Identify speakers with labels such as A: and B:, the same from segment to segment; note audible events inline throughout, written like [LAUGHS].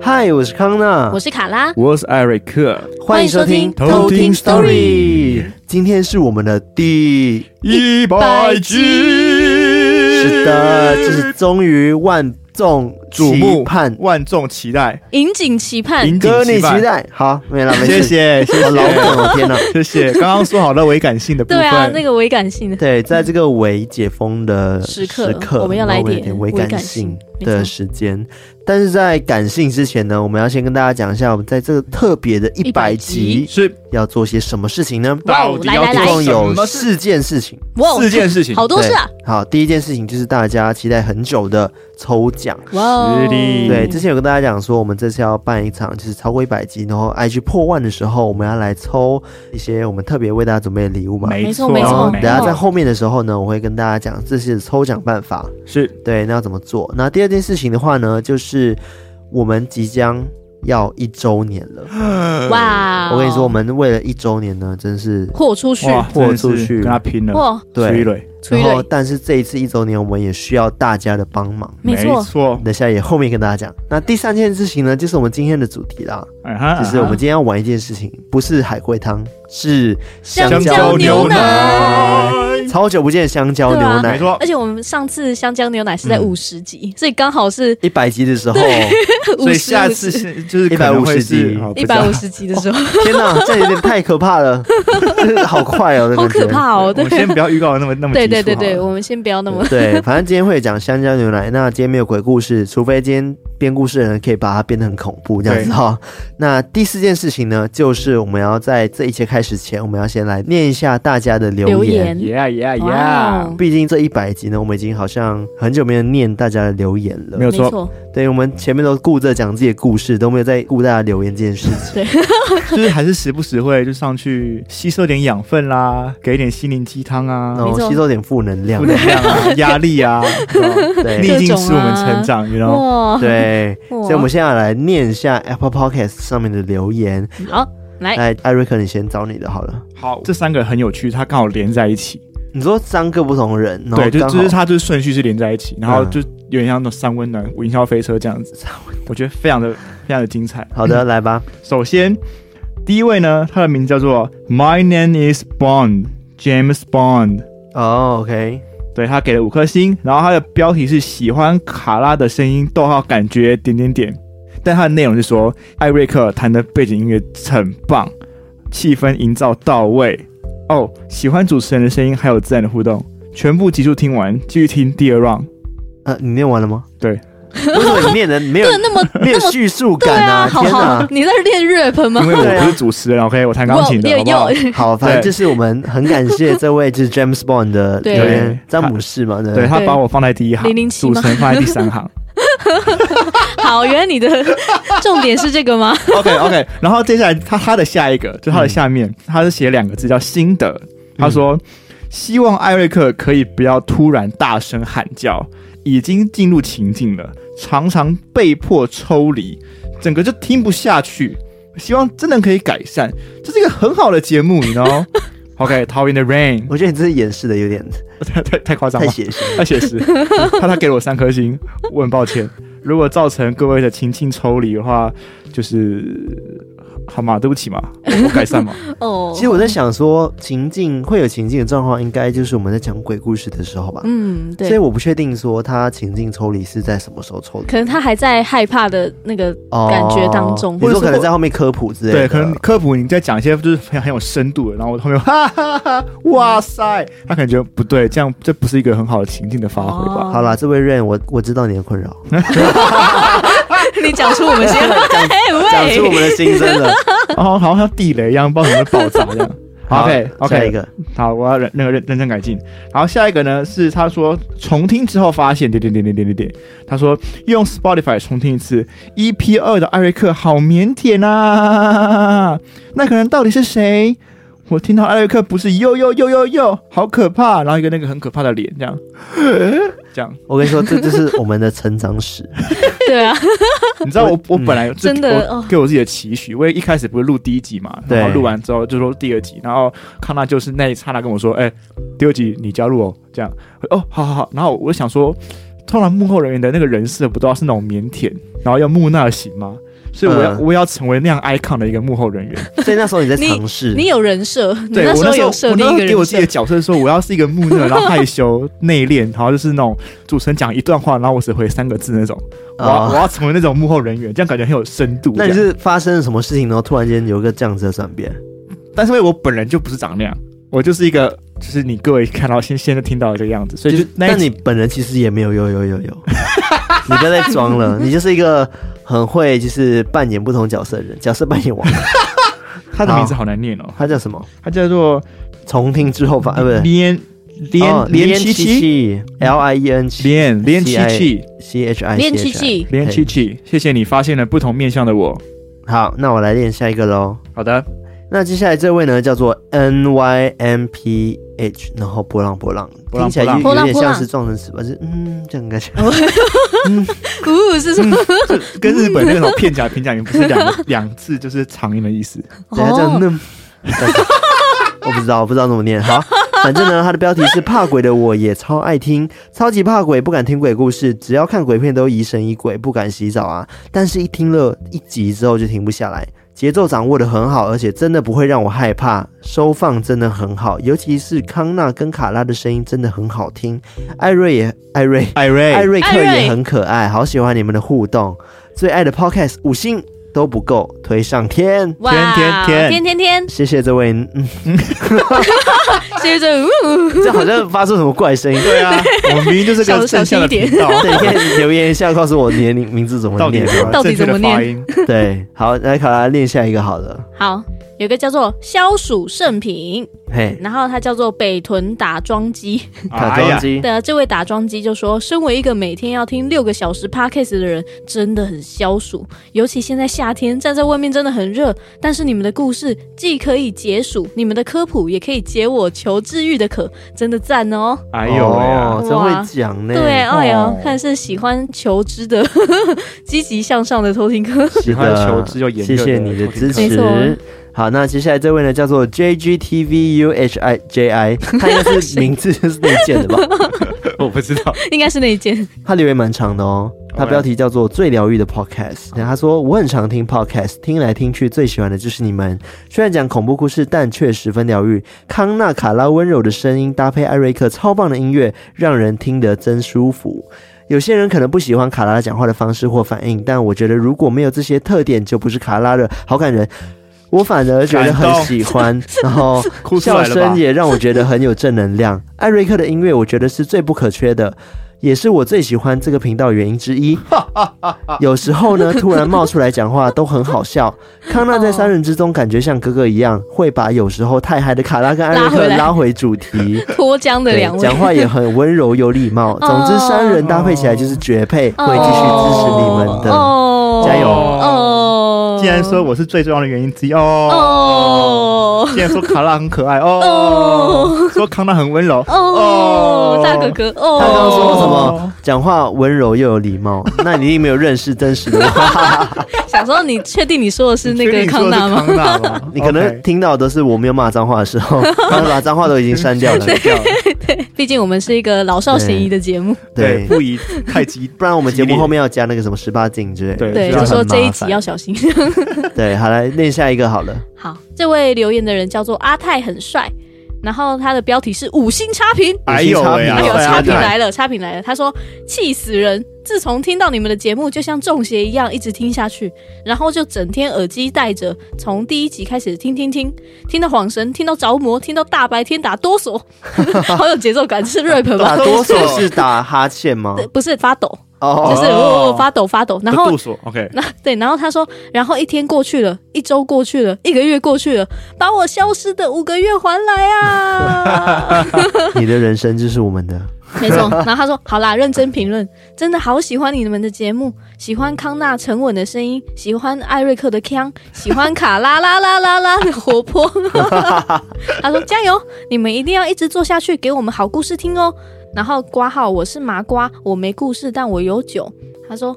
A: 嗨，我是康娜，
B: 我是卡拉，
C: 我是艾瑞克，
A: 欢迎收听
C: 偷听 Story。
A: 今天是我们的第
C: 一百集，
A: 是
C: 是
A: 的，这是终于万众
C: 瞩
A: 期
C: 目
A: 盼，
C: 万众期待，
B: 引颈期盼。
C: 引颈
A: 哥你
C: 期
A: 期
C: 盼。
A: 待，好，没了，啊没
C: 谢
A: 事， [LAUGHS]
C: 谢，谢
A: 我
C: 谢，
A: 老梗，我天哪！
C: 谢谢。刚刚说好了为感性的部分，
B: 对啊，那个我也感性的。
A: [LAUGHS] 对，在这个为解封的
B: 时刻
A: 我
B: 我们要来点
A: 微
B: 微
A: 感
B: 感
A: 性
B: 性
A: 的
B: 没错
A: 时间。但是在感性之前呢，我们要先跟大家讲一下，我们在这个特别的一百
B: 100
A: 集
B: 集
C: 是
A: 要做些什么事情呢？
B: 哇哦
C: 到底
B: 来
C: 要
B: 来
A: 一
B: 来
C: 做
A: 共
C: 什
A: 有
C: 么事？
A: 四件事情，
B: 哇哦
C: 四件事情，
B: 好多事啊！
A: 对好，第一件事情就是大家期待很久的抽奖。
B: 哇哦
C: 实力嗯
A: 对，之前有跟大家讲说，我们这次要办一场，就是超过一百集，然后 IG 破万的时候，我们要来抽一些我们特别为大家准备的礼物嘛。
C: 没
B: 没错没
A: 然后
B: 错
A: 哦等
C: 没
B: 没
A: 下
B: 错
A: 在后面的时候呢，我会跟大家讲这些抽奖办法。
C: 是
A: 对，那要怎么做？那第二件事情的话呢，就是我们即将要一周年了。
D: 啊
B: 哇哦
A: 我跟你说，我们为了一周年呢，真是
B: 豁出去，
C: 哇，
A: 豁
C: 真的
A: 出
C: 是
A: 去
C: 跟他拼了，
B: 哇，
C: 崔
A: 对。
C: 磊，
B: 出
A: 然
B: 于
A: 后，但是这一次一周年，我们也需要大家的帮忙。
B: 没
C: 错
B: 错，
C: 错，
A: 等下也后面跟大家讲。那第三件事情呢，就是我们今天的主题啦，
C: 哎哈
A: 就是我们今天要玩一件事情，不是海龟汤，是
C: 香蕉牛
A: 哎
C: 奶，
A: 超久不见的香蕉
B: 对啊
A: 牛
C: 没
A: 奶，
C: 错
B: 而，且我们上次香蕉牛奶是在
A: 嗯
B: 五十集，所以刚好是
A: 一百集的时候，
B: 五
C: 所以
B: 十
C: 下次是就是可能会是
A: 150集
C: 哦不
B: 一
C: 知道
B: 百五十集的时候，
A: 天
B: [LAUGHS]
A: 哪，这有点太可怕了， [LAUGHS] 真的好快哦，这
B: 好
A: 感觉
B: 可怕哦！
C: 我
B: 对
C: 们先不要预告得那么那么
B: 对
C: 急
B: 对
C: 促
B: 对
C: 好
B: 对，
C: 了
B: 我们先不要那么
A: [LAUGHS] 对，反正今天会讲香蕉牛奶。那今天没有鬼故事，除非今天编故事的人可以把它编得很恐怖这样子
C: 对
A: 哈。那第四件事情呢，就是我们要在这一切开始前，我们要先来念一下大家的留言。
B: 留言。
C: Yeah yeah
B: 哇哦
C: yeah，
A: 毕竟这一百集呢，我们已经好像很久没有念大家的留言了。
C: 没有
B: 没
C: 错，
B: 错，
A: 对，我们前面都顾着讲自己的故事，都没有在顾大家留言这件事情。
C: 就是还是时不时会就上去吸收点养分啦，给点心灵鸡汤
A: 然
C: 啊，
A: 后
B: 没错
A: 哦吸收点负能量
C: 负。能量啊，压力 [LAUGHS] 啊，是吧
A: 对
C: 逆境使我们成长，you
B: [LAUGHS]
C: know。
B: 哇，
A: 对，
B: 哇
A: 所以我们现在来念一下 Apple Podcast 上面的留言。
B: 好来
A: 来，艾瑞克，你先找你的好了。
C: 好，这三个很有趣，它刚好连在一起，
A: 你说三个不同人，然后
C: 对，就
A: 刚好
C: 就是它就是顺序是连在一起，然后
A: 嗯
C: 就有点像那种三温暖、云霄飞车这样子，我觉得非常的非常的精彩。
A: 好的，来吧。
C: 首先，第一位呢，他的名字叫做 My name is Bond James Bond，
A: 哦、o k
C: 对他给了五颗星，然后他的标题是喜欢卡拉的声音，逗号感觉点点点，但他的内容是说艾瑞克弹的背景音乐很棒，气氛营造到位。哦，喜欢主持人的声音，还有自然的互动，全部集数听完，继续听第二 round。
A: 呃，你念完了吗？
C: 对，
A: 为什么你念的
B: [LAUGHS]
A: 没有
B: 对那么
A: 没有
B: 那么
A: 叙述
B: 对
A: 感
B: 啊，
A: 啊？
B: 好
A: 天
B: 好
A: 哪，！
B: 你在练 rap 吗
C: 因？为
A: [LAUGHS]
C: 我
A: 对啊
C: 不是主持人，OK，我弹钢琴的，
B: 又
C: 好不
D: [LAUGHS]
C: 好？
B: 又
A: 好，反正
C: 对
A: 就是我们很感谢这位就是 James Bond 的
B: 对
A: 留言
C: 对，
A: 詹姆士嘛，对不
C: 对
A: 对？
C: 他把我放在第一行，
B: 007
C: 主持人放在第三行。
B: 好，原来你的重点是这个吗？
C: OK OK，然后接下来他他的下一个，就他的下面，
A: 嗯
C: 他是写两个字叫心得，他说、希望艾瑞克可以不要突然大声喊叫，已经进入情境了，常常被迫抽离，整个就听不下去。希望真的可以改善，这是一个很好的节目，你知道吗？OK，讨厌的 rain，
A: 我觉得你这是掩饰的有点
C: 太 [LAUGHS] 太太夸张
A: 太
C: 了。
A: 写实。
C: 太写实，他他给了我三颗星，我很抱歉。如果造成各位的情境抽离的话，就是好嘛，对不起嘛，我我改善
A: [LAUGHS]
C: 嘛。
B: 哦，
A: 其实我在想说，情境会有情境的状况，应该就是我们在讲鬼故事的时候吧。
B: 嗯，
A: 所以
B: 对，
A: 我不确定说他情境抽离是在什么时候抽离，
B: 可能他还在害怕的那个，
A: 哦
B: 感觉当中
A: 你说可能在后面科普之类的。
C: 对，可能科普你在讲一些就是很很有深度的，然后我后面 [LAUGHS] 哈哈哈哈，哇塞，他感觉得不对，这样这不是一个很好的情境的发挥吧？
B: 哦
A: 好啦，这位 Rain，我我知道你的困扰。
B: 你讲出我们先，
A: 讲
B: 哎
A: 出我
B: 喂，
A: 们的心声
C: [LAUGHS]
A: 了。
C: 然后好像像地雷一样，不知道怎么会爆炸这样。OK
A: 下一
C: OK，
A: 个
C: 好，我要认那个认认真改进。然后下一个呢是他说重听之后发现点点点点点点点，他说用 Spotify 重听一次，E EP 二的艾瑞克好腼腆啊，那个人到底是谁？我听到艾瑞克不是呦呦呦呦呦，好可怕！然后一个那个很可怕的脸，这样， [LAUGHS] 这样，
A: 我跟你说，这就是我们的成
B: [LAUGHS]
A: 长史。
D: 对啊， [LAUGHS]
C: 你知道我我本来
D: 真的
C: 我
D: 哦
C: 给我自己的期许，我也一开始不是录第一集嘛，然后
A: 对
C: 录完之后就说第二集，然后康纳就是那一刹那跟我说，哎、第二集你加入哦，这样，哦，好好好，然后我就想说，通常幕后人员的那个人设不都要是那种腼腆， [LAUGHS] 然后要木讷型吗？所以我要、
A: 嗯
C: 我也要成为那样 icon 的一个幕后人员。
A: 所以那时候你在尝试，
D: 你有人设，你
C: 对
D: 那
C: 我
D: 时候
C: 时候
D: 有设
C: 我那
D: 定一
C: 时候
D: 个
C: 给我
D: 人
C: 自己的
D: 设，
C: 角色说，我要是一个木讷，然后害羞、内敛，然后就是那种主持人讲一段话，然后我只回三个字那种。我要、
A: 啊
C: 我要成为那种幕后人员，这样感觉很有深度。
A: 那
C: 这
A: 你
C: 样
A: 是发生了什么事情，然后突然间有一个这样子的转变？
C: 但是因为我本人就不是长那样，我就是一个就是你各位看到现现在听到的这个样子，所以就那一
A: 但
C: 集
A: 你本人其实也没有有有有有，
C: [LAUGHS]
A: 你不要再装了，你就是一个很会就是扮演不同角色的人，角色扮演王，
C: 他的名字好难念哦，
A: 他叫什么？
C: 他叫做
A: 重听之后发，呃，不是。
C: 连
A: 哦
C: 连连
A: 七
C: 七七
A: ，L I E N 七
C: 连连七七
A: C H I
D: 练
A: C
D: 气
A: H I
D: 气，
C: 连七七，谢谢你发现了不同面向的我。
A: 好，那我来练下一个喽。
C: 好的，
A: 那接下来这位呢，叫做 N Y M P H，然后波浪波浪，
C: 波浪
A: 听起来就
D: 波
A: 有
D: 浪
A: 点
D: 波浪
A: 像是撞成死吧，就是嗯这样感觉。
D: 呜是什么？
C: 跟日本那种片假平假名不是两个两次就是长音的意思。
A: 等一下这样
D: 哦
A: 那么， [LAUGHS] 我不知道，我不知道怎么念。好，反正呢，它的标题是“怕鬼的我也超爱听”，超级怕鬼，不敢听鬼故事，只要看鬼片都疑神疑鬼，不敢洗澡啊。但是，一听了一集之后就停不下来，节奏掌握的很好，而且真的不会让我害怕，收放真的很好，尤其是康纳跟卡拉的声音真的很好听，艾瑞也艾瑞。
C: 艾瑞，
A: 艾瑞克
D: 哎艾瑞
A: 也很可爱，好喜欢你们的互动，最爱的 podcast 五星都不够，推上天。
D: 哇
C: 天天
D: 天天天，
A: 谢谢这位，
D: [LAUGHS]
A: 嗯，
D: 接着呜，
A: 这好像发出什么怪声
D: [LAUGHS]
A: 音。
C: 对啊，我们明明就是
D: 小
C: 个正向
D: 小心
C: 的
D: 一点
C: 频道，
A: 对，你可以留言一下，告诉我你的名名字怎么
C: 到底
A: [LAUGHS] 念。
C: 有
D: 到底怎么
C: 正确的发音？
A: 对，好，来考拉念下一个好了。
D: 好，有个叫做消暑圣品，
A: 嘿，
D: 然后它叫做北屯打桩机。
A: 卡
C: 哎呀
A: 装机，
D: 的啊这位打桩机就说：“身为一个每天要听六个小时 podcast 的人，真的很消暑。尤其现在夏天，站在外面真的很热。但是你们的故事既可以解暑，你们的科普也可以解我求治愈的渴，真的赞哦！
C: 哎呦喂啊！
A: 哦真会讲呢。
D: 对，哎呀
C: 哦，
D: 看是喜欢求知的、 [LAUGHS] 积极向上的偷听客。
A: 是的，
C: 喜欢求知又研
A: 谢
C: 究的
A: 谢你的支
D: 没
A: 持
D: 错。
A: 好，那接下来这位呢，叫做 J G T V U H I J I，他应该是名字就是内建的吧？
C: 我不知道，
D: 应该是那一件，
A: 他留言蛮长的哦，
C: 啊
A: 他标题叫做“最疗愈的 Podcast”。然后他说：“我很常听 Podcast，听来听去最喜欢的就是你们。虽然讲恐怖故事，但却十分疗愈。康纳卡拉温柔的声音搭配艾瑞克超棒的音乐，让人听得真舒服。”有些人可能不喜欢卡拉讲话的方式或反应，但我觉得如果没有这些特点，就不是卡拉了。好感人，我反而觉得
C: 感动
A: 很喜欢。然后
C: 哭出
A: 笑
C: 来了吧
A: 声？也让我觉得很有正能量。 [LAUGHS] 艾瑞克的音乐，我觉得是最不可缺的，也是我最喜欢这个频道原因之
C: [LAUGHS]
A: 一。有时候呢，突然冒出来讲话都很好
C: [LAUGHS]
A: 笑。康纳在三人之中感觉像哥哥一样，会把有时候太嗨的卡拉跟艾瑞
D: 拉
A: 克
D: 回来
A: 拉回主
C: [LAUGHS]
A: 题。
D: 脱缰的
A: 对
D: 两，位
A: 讲。话也很温柔有礼貌。总之，三人搭配起来就是绝配，会继续支持你们的。
D: 哦
A: 加油
D: 哦！
C: 既然说我是最重要的原因之一哦，
D: 哦
C: 既然说卡拉很可爱哦
D: 哦，
C: 说康纳很温柔
D: 哦，大哥，哥哦，
A: 他刚刚说什么？讲话温柔又有礼
C: [LAUGHS]
A: 貌，那你一定没有认识真实的我。
D: 小时候你确定你说的是那
C: 你确定
D: 个
C: 你
D: 康
C: 说的
D: 纳
C: 是
D: 吗？
C: 康纳吗？
A: [LAUGHS]
C: 哦
A: 你可能
C: OK
A: 听到的是我没有骂脏话的时
C: [LAUGHS]
A: 候，他把脏话都已经删掉了。
C: 掉了
D: 毕竟我们是一个老少咸宜的节目，
A: 对，
C: 对，不宜太激。
A: 不然我们节目后面要加那个什么十八禁之类的。
C: 对
D: 对，
C: 这
D: 就
C: 样
D: 说这一集啊要小心。 [LAUGHS]
A: 对，好来念下一个好了。
C: [LAUGHS]
D: 好，这位留言的人叫做阿泰，很帅。然后他的标题是五星差评，
C: 哎呦喂啊
D: 哎呦，
C: 对啊
D: 差评
C: 对
D: 来了，差评来了。他说气死人，自从听到你们的节目，就像中邪一样一直听下去，然后就整天耳机戴着，从第一集开始听听听，听到晃神，听到着魔，听到大白天打哆嗦， [LAUGHS] 好有节奏感，是 rap
A: 打
D: 吧？
C: [LAUGHS]
A: 哆嗦是打哈欠吗？
D: 不是发抖，
C: [LAUGHS]
A: 哦
D: 就是哦发抖发抖，然后
C: 不说 OK，
D: 那对，然后他说，然后一天过去了，一周过去了，一个月过去了，把我消失的五个月还来啊！
C: [LAUGHS]
D: [LAUGHS]
A: 你的人生就是我们的，
D: 没错。然后他说：“好啦，认真评论，真的好喜欢你们的节目，喜欢康纳沉稳的声音，喜欢艾瑞克的腔，喜欢卡拉 [LAUGHS] 啦啦啦啦的活泼。”他说：“加油，你们一定要一直做下去，给我们好故事听哦。”然后挂号，我是麻瓜，我没故事，但我有酒。他说。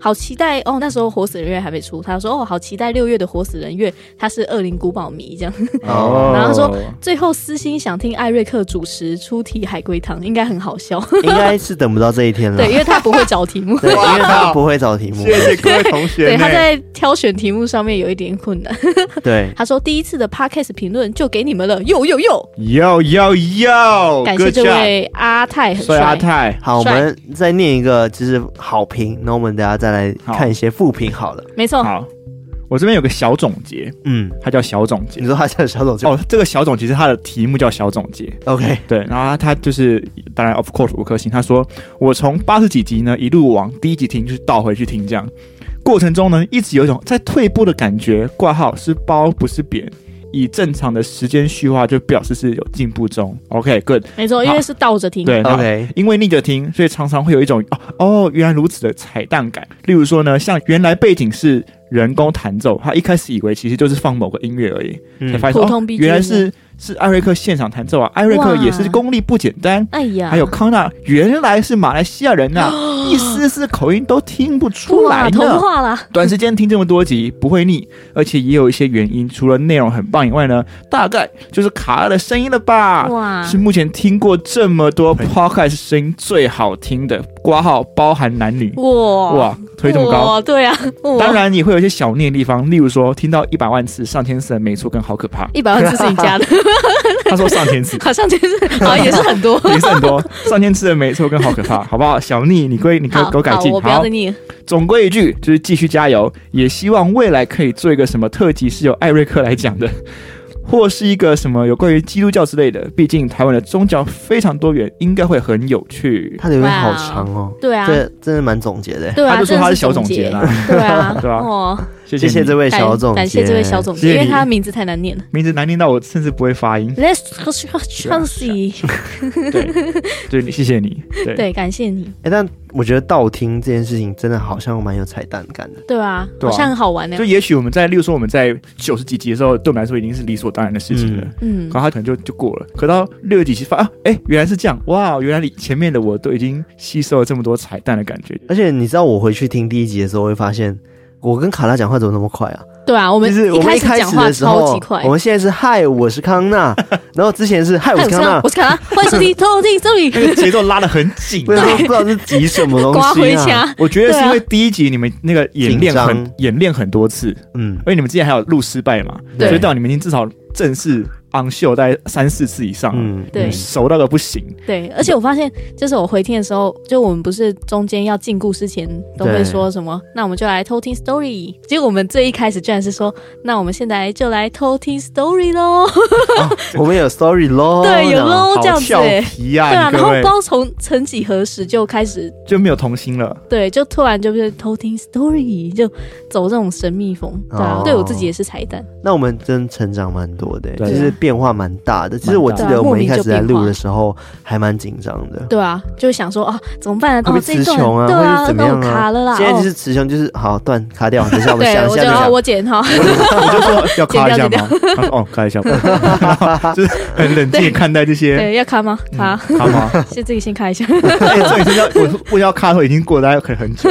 D: 好期待哦！那时候《活死人月》还没出，他说：“哦，好期待六月的《活死人月》，他是恶灵古堡迷这样。”
A: 哦
D: 然后他说最后私心想听艾瑞克主持出题海龟汤，应该很好笑。
A: 应该是等不到这一天了。
D: 对，因为他不会找题
C: [LAUGHS]
D: 目，
A: 对，因为他不会找题目。
C: 谢谢各位同学
D: 对，
C: 呢，
D: 他在挑选题目上面有一点困难。 [LAUGHS]
A: 对，
D: 他说第一次的 podcast 评论就给你们了，哟哟哟！
C: 要要要，
D: 感谢这位阿泰，很
C: 帅
D: 帅。
C: 阿泰，
A: 好，我
D: 帅
A: 们再念一个就是好评，那我们等下再来看一些负评好了。
D: 没错，
C: 好，我这边有个小总结，
A: 嗯，
C: 他叫小总结
A: 你。说他叫小总就、
C: 哦，这个小总结是他的题目叫小总结，
A: OK，
C: 对，然后他他就是当然 of course 五颗星，他说我从八十几集呢一路往第一集听，就是倒回去听这样，过程中呢一直有一种在退步的感觉，挂号是褒不是贬，以正常的时间序话就表示是有进步中，OK good，
D: 没错，因为是倒着听。
C: 对然后
A: OK
C: 因为逆着听，所以常常会有一种哦哦，原来如此的彩蛋感。例如说呢，像原来背景是人工弹奏，他一开始以为其实就是放某个音乐而已，才
A: 嗯，
C: 发现
D: 普
C: 哦
D: 通，BGM
C: 原来是是艾瑞克现场弹奏啊，艾瑞克也是
D: 哇
C: 功力不简单。
D: 哎呀，
C: 还有康纳原来是马来西亚人呐、一丝丝口音都听不出来
D: 啊哇，童
C: 呢。
D: 话啦，
C: 短时间听这么多集不会腻，而且也有一些原因，除了内容很棒以外呢，大概就是卡拉的声音了吧。
D: 哇，
C: 啊是目前听过这么多 podcast 声音最好听的，挂号包含男女，
D: 哇
C: 哇，推这么高。
D: 哇，对啊，哇
C: 当然，你会有一些小念的地方，例如说听到一百万次上千次的没错更好可怕。
D: 一百万次是你加
C: [LAUGHS]
D: 的，
C: 他说上千次
D: [LAUGHS] ，好像真是好像也是很多。
C: 也是很多，上千次的没错更好可怕，好不 [LAUGHS] 好？小逆，你归你给
D: 好，
C: 我改
D: 好
C: 进。
D: 我不要再念了。
C: 总归一句就是继续加油，也希望未来可以做一个什么特辑是由艾瑞克来讲的，或是一个什么有关于基督教之类的。毕竟台湾的宗教非常多元，应该会很有趣。
A: 嗯他的留言好长哦，
D: 对啊，
A: 这真的蛮总结的。
D: 对啊，
C: [LAUGHS] 他就说
D: 真的
C: 他
D: 是
C: 是小总结
D: 结
C: 啦，，
D: 对啊
C: 对啊
D: 哦，
C: [LAUGHS] 谢
A: 谢谢
C: 你
A: 这位
D: 感
A: 小总
D: 感谢这位小总
C: 谢
D: 结，
C: 谢
D: 因
C: 你
D: 为他的名字太难念了。
C: 名字难听到我甚至不会发 [LAUGHS] 音。
D: Let's
C: 啊
D: chance，
C: 对，对，你谢谢你。对，
D: 对，感谢你，
A: 哎，但我觉得倒听这件事情真的好像蛮有彩蛋感的。
D: 对啊，
C: 对
D: 好
C: 啊
D: 像很好玩呢
C: 就。也许我们在，例如说我们在九十几集的时候，对我们来说已经是理所当然的事情了。
A: 嗯
D: 嗯
C: 然，后他可能就就过了，可到六十几集发啊，哎，原来是这样，哇，原来你前面的我都已经吸收了这么多彩蛋的感觉，
A: 而且你知道我回去听第一集的时候，会发现我跟卡拉讲话怎么那么快啊？
D: 对啊，我们
A: 就是我们
D: 开
A: 一
D: 始
A: 开
D: 讲
A: 始
D: 话
A: 的时
D: 超
A: 候
D: 级快，
A: 我。们现在是嗨，我是康
D: [LAUGHS]
A: 纳，然后之前是嗨，我啊
D: 嗨，
A: 是
D: 我
A: 康
D: 是卡
A: 纳
D: 拉，我，是卡拉，欢迎收听《偷听这里
C: [LAUGHS] 那个节奏拉得很紧啊
A: 不。知道不知道是急哎什么东
D: [LAUGHS] 刮回
A: 西啊？
D: 家》。
C: 我觉得是因为第一集你们那个演练
A: 紧
C: 很
A: 张
C: 演练很多次，
A: 嗯
C: 因，为你们之前还有录失败嘛，
D: 对
C: 所以到你们已经至少正式 on show 大概三四次以上了，
A: 嗯，
D: [LAUGHS] 对
C: 熟到个不行。
D: 对，而且我发现，就是我回听的时候，就我们不是中间要进故事前都会
A: 对
D: 说什么？那我们就来偷听 story。结果我们最一开始居然是说，那我们现在就来偷听 story 喽。
A: 我们有 story 咯，
D: [LAUGHS] 对，有
A: 然后
D: 喽，
C: 好
D: 这样子、
C: 俏
D: 欸。
C: 皮呀、
D: 对啊，然
C: 你
D: 后
C: 各
D: 不
C: 位
D: 知道从曾几何时就开始，
C: 就没有童
D: [LAUGHS]
C: 心了。
D: 对，就突然就是偷听 story，就走这种神秘风，对啊，
A: 哦
D: 对我自己也是彩蛋，
A: 那我们真成长蛮多的，
C: 对
A: 就是变化啊蛮大的。其实我记
D: 对啊
A: 得我
D: 莫
A: 们
D: 名
A: 一开始
D: 就
A: 在
D: 变化
A: 录的时候还蛮紧张的，
D: 对啊，就想说啊，怎么
A: 会
D: 办、
A: 不
D: 哦
A: 会，
D: 这一
A: 词
D: 段
A: 穷啊，
D: 对
A: 或者
D: 啊，
A: 怎么
D: 那
A: 样
D: 我卡
A: 啊？
D: 了啦，
A: 现在就
D: 哦
A: 是词穷，就是好断卡掉，等一下我们
D: 对，
A: 想一
D: 我
A: 下
D: 就
A: 就
D: 要
A: 想。
D: 我剪哈，
C: 我就说要卡一下
D: 剪掉
C: 吗？他说哦，卡一下吧，然
D: [LAUGHS]
C: 后就是很冷静地看待这些。
D: 对，要卡吗？
A: 嗯
D: 卡，
C: 卡吗？
D: 先自己先
A: [LAUGHS]
D: 卡一下，
C: 而且重点是要我我要卡的时候已经过了大概很
D: [LAUGHS]
C: 很久，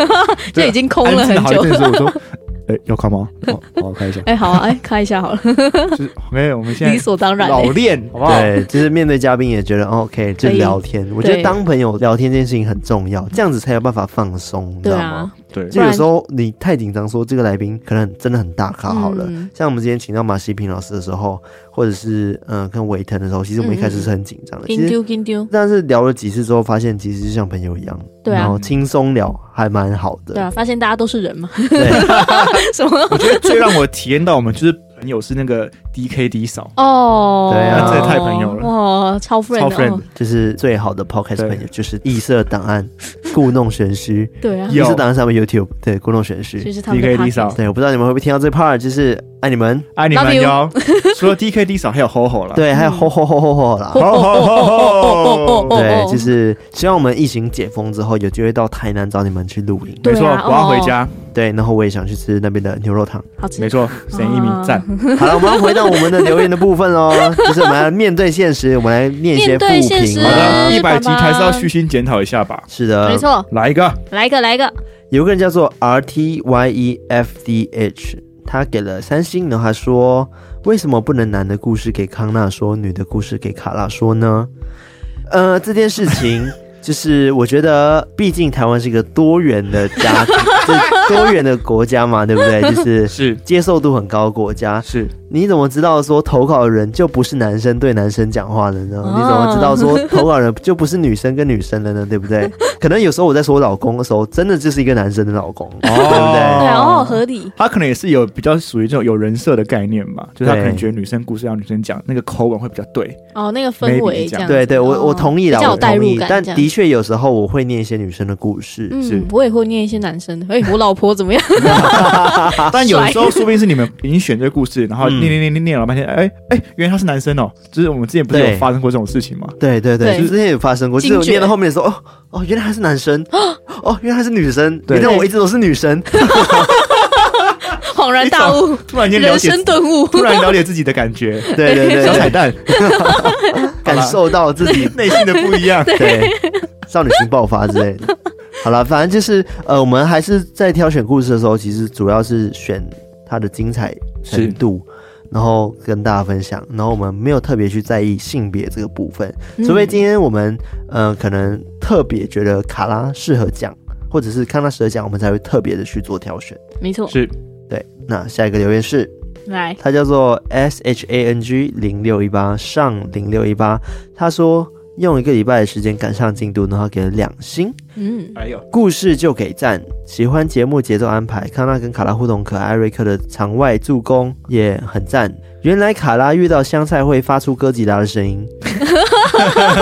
D: 就
A: 啊
D: 已经空了很久
C: 安静。了好一阵子，我说，哎，要卡吗？哦好，卡一下。
D: [LAUGHS] 哎，好啊，哎，卡一下好了， [LAUGHS]
C: 就是没有，我们现
D: 理
C: 在
D: 所当然、
C: 老
D: 欸。
C: 练，好不好？
A: 对，就是面对嘉宾也觉得哦 OK，就
D: 可以
A: 聊天。我觉得
D: 对
A: 当朋友聊天这件事情很重要，这样子才有办法放松，你知
D: 对
A: 道
D: 啊
A: 吗？，
C: 对
A: 就有时候你太紧张，说这个来宾可能真的很大咖好了。
D: 嗯
A: 像我们之前请到马西平老师的时候，或者是嗯、呃跟韦腾的时候，其实我们一
D: 嗯
A: 开始是很紧张的。其
D: 金
A: 实
D: 丢金丢，
A: 但是聊了几次之后，发现其实就像朋友一样，
D: 对
A: 然
D: 啊，
A: 后轻松聊还蛮好的。
D: 对啊，发现大家都是人嘛， [LAUGHS]
A: [LAUGHS] 对啊
D: 什么？
C: 我觉得最让我体验到我们就是朋友是那个 D K D 嫂，
D: 哦，
A: 对啊那
C: 真的太朋友了
D: 哦，超 friend，
C: 超
D: 的
C: friend
D: 哦
A: 就是最好的 podcast
C: 对
A: 朋友就是异色档
D: [LAUGHS]
A: 案，故弄玄虚。
D: 对啊，
A: 异
C: 有
A: 色档案上面 YouTube 对故弄玄
D: 就
A: 虚。
D: 是他们的
C: DK 丽莎
D: podcast
A: 对，我不知道你们会不会听到这 part，就是哎爱你们。
C: 爱你们
D: Love you
C: 哟！除了 D K D 嫂，还有吼
D: 啊
C: 吼了。，
A: 对，
D: 嗯
A: 还有吼吼吼吼吼
D: 哦
A: 啦。
C: 吼吼吼吼吼！
A: 对，就是希望我们疫情解封之后，有机会到台南找你们去露营。
C: 没错，
D: 对啊哦
C: 我要回家。
A: 对，然后我也想去吃那边的牛肉
D: [LAUGHS]
A: 汤。
D: 好吃
C: 没。错，沈一
D: 哦
C: 鸣赞。
D: 嗯
A: 好了，我们要回到我们的留言的部分喽，就是我们要面对现实，我们来念一些
D: 面
A: 负
D: 对现
A: 评
D: 实
C: 好
A: 啦。
C: 的，一
D: 是爸爸
C: 百集还是要虚心检讨一下吧。
A: 是的，
D: 没。错，
C: 来一个，
D: 来一个，来一个，
C: 哦
A: 有个人叫做 R T Y E F D H，他给了三星，然后他说：“为什么不能男的故事给康纳说，女的故事给卡拉说呢？”呃，这件事情 [LAUGHS] 就是我觉得，毕竟台湾是一个多元的家庭， [LAUGHS] 就是多元的国家嘛，对不对？就是
C: 是
A: 接受度很高的国家，
C: 是，
A: 你怎么知道说投稿的人就不是男生对男生讲话的呢？
D: 哦
A: 你怎么知道说投稿人就不是女生跟女生的呢？对不
D: [LAUGHS]
A: 对？可能有时候我在说我老公的时候，真的就是一个男生的老公，对不
D: 对，
A: 对？
D: 哦，合理，
C: 他可能也是有比较属于这种有人设的概念吧，就是他
A: 对
C: 可能觉得女生故事让女生讲，那个口吻会比较 [LAUGHS] 对。
D: 哦，那个氛
C: Maybe
D: 围
C: 这
D: 这
C: 样
D: 样子。
A: 对对，我我
D: 哦
A: 同意
D: 比
A: 啦，
D: 较有
A: 我
D: 代
A: 同
D: 入
A: 意。
D: 感
A: 但
D: 这样
A: 的确有时候我会念一些女生的故事，
C: 是
D: 嗯，我也会念一些男生的。哎，我老婆怎么样？ [LAUGHS]
C: 但有时候说不定是你们已经选这个故事，然后
A: 嗯
C: 念念念念念了半天，哎哎，原来他是男生哦，就是我们之前不是
A: 对
C: 有发生过这种事情吗？
A: 对对对，
D: 对
A: 之前也发生过，就是我
D: 惊觉
A: 念到后面的时候，哦哦，原来他是男生，哦，原来他是女生，
C: 对
A: 原来我一直都是女
D: [LAUGHS]
A: 生，
D: 恍然大悟，
C: 突然间了
D: 人
C: 解，
D: 生顿
C: [LAUGHS]
D: 悟。
C: 突然了解自己的感觉，
A: 对对
D: [LAUGHS]
A: 对
C: 小彩
A: 对，
C: 蛋，
A: 感受到自己
C: 内心的不一样。
A: 对，少女心爆发之类的。好了，反正就是呃，我们还是在挑选故事的时候，其实主要是选它的精彩
C: 嗯
A: 程度，然后跟大家分享。然后我们没有特别去在意性别这个部分，
D: 嗯
A: 除非今天我们呃可能特别觉得卡拉适合讲，或者是看他适合讲，我们才会特别的去做挑选。
D: 嗯没错，
C: 是
A: 对，那下一个留言是，
D: 来，
A: 他叫做 S H A N G 零六一八上零六一八，他说用一个礼拜的时间赶上进度，然后给了两星，
D: 嗯，
C: 还有
A: 故事就给赞，喜欢节目节奏安排，康纳跟卡拉互动可爱，瑞克的场外助攻也很赞。原来卡拉遇到香菜会发出哥吉拉的声音，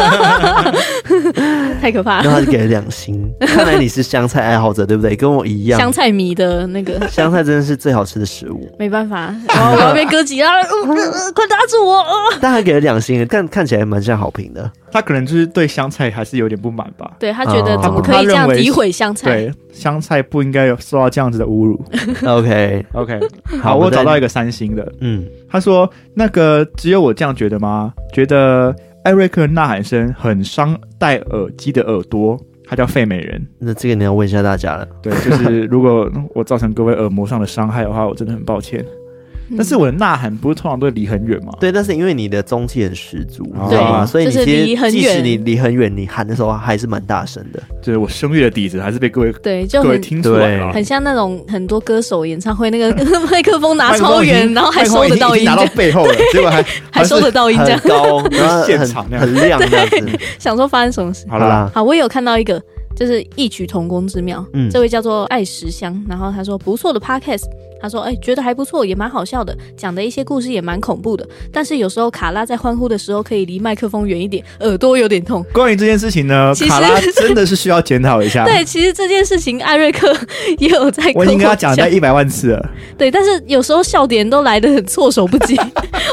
C: [LAUGHS]
D: 太可怕
A: 然
D: 了。
A: 后他就给了两星。看来你是香菜爱好者，对不对？跟我一样，
D: 香菜迷的那个，
A: 香菜真的是最好吃的食物。
D: 没办
C: [LAUGHS]
D: 法，哦我我要被哥吉拉了，呃呃呃快打住我！呃
A: 但他给了两星，看看起来蛮像好评的。
C: 他可能就是对香菜还是有点不满吧。
D: 对他觉得
A: 哦
D: 怎么可以这样
C: 他认为是
D: 诋毁香菜？
C: 对，香菜不应该有受到这样子
D: [LAUGHS]
C: 的侮辱。
A: OK，
C: OK，
A: 好
C: 好，我
A: 我再
C: 找到一个三星的，
A: 嗯，
C: 他说：“那个只有我这样觉得吗？觉得艾瑞克呐喊声很伤戴耳机的耳朵。”他叫费美人，
A: 那这个你要问一下大家了。
C: 对， [LAUGHS] 就是如果我造成各位耳膜上的伤害的话，我真的很抱歉。
D: 嗯
C: 但是我的呐喊不是通常都离很远吗？
A: 对，但是因为你的中气很十足，你知
C: 对
A: 道吗？所以你
D: 就是
A: 其
D: 离
A: 实
D: 很
A: 即使
D: 远
A: 你离很远，你喊的时候啊还是蛮大声的。
C: 就是我声乐的底子还是被各位
D: 对，就
C: 各位
D: 很
C: 听出来了。
D: 很像那种很多歌手演唱会
C: [LAUGHS]
D: 那个 [LAUGHS] 麦克风拿
C: 麦克风
D: 超
C: 已经
D: 远，然后还
C: 麦克风
D: 收
C: 已
D: 得
C: 经
D: 到
C: 已经
D: 音，
C: 拿
D: 这
C: 到
D: 样
C: 背后了，结果还
D: [LAUGHS] 还收得到音，这
A: 很
D: 样 [LAUGHS]
A: 高，然后
C: 现
A: 很
C: 场那样
A: 很亮这样子。
D: 想说发生什么事？
C: 好
A: 好
C: 啦，
A: 啦，
D: 好，我有看到一个，就是异曲同工之妙。
A: 嗯
D: 这位叫做爱石香，然后他说不错的 podcast，他说哎、觉得还不错，也蛮好笑的，讲的一些故事也蛮恐怖的，但是有时候卡拉在欢呼的时候可以离麦克风远一点，耳朵有点痛。
C: 关于这件事情呢，
D: 其实
C: 卡
D: [LAUGHS]
C: 拉真的是需要检讨一下。
D: 对，其实这件事情艾瑞克 [LAUGHS] 也有在
C: 啊我已经跟他讲了
D: 的
C: 大概一百万次了。
D: 对，但是有时候笑点都来得很措手不及，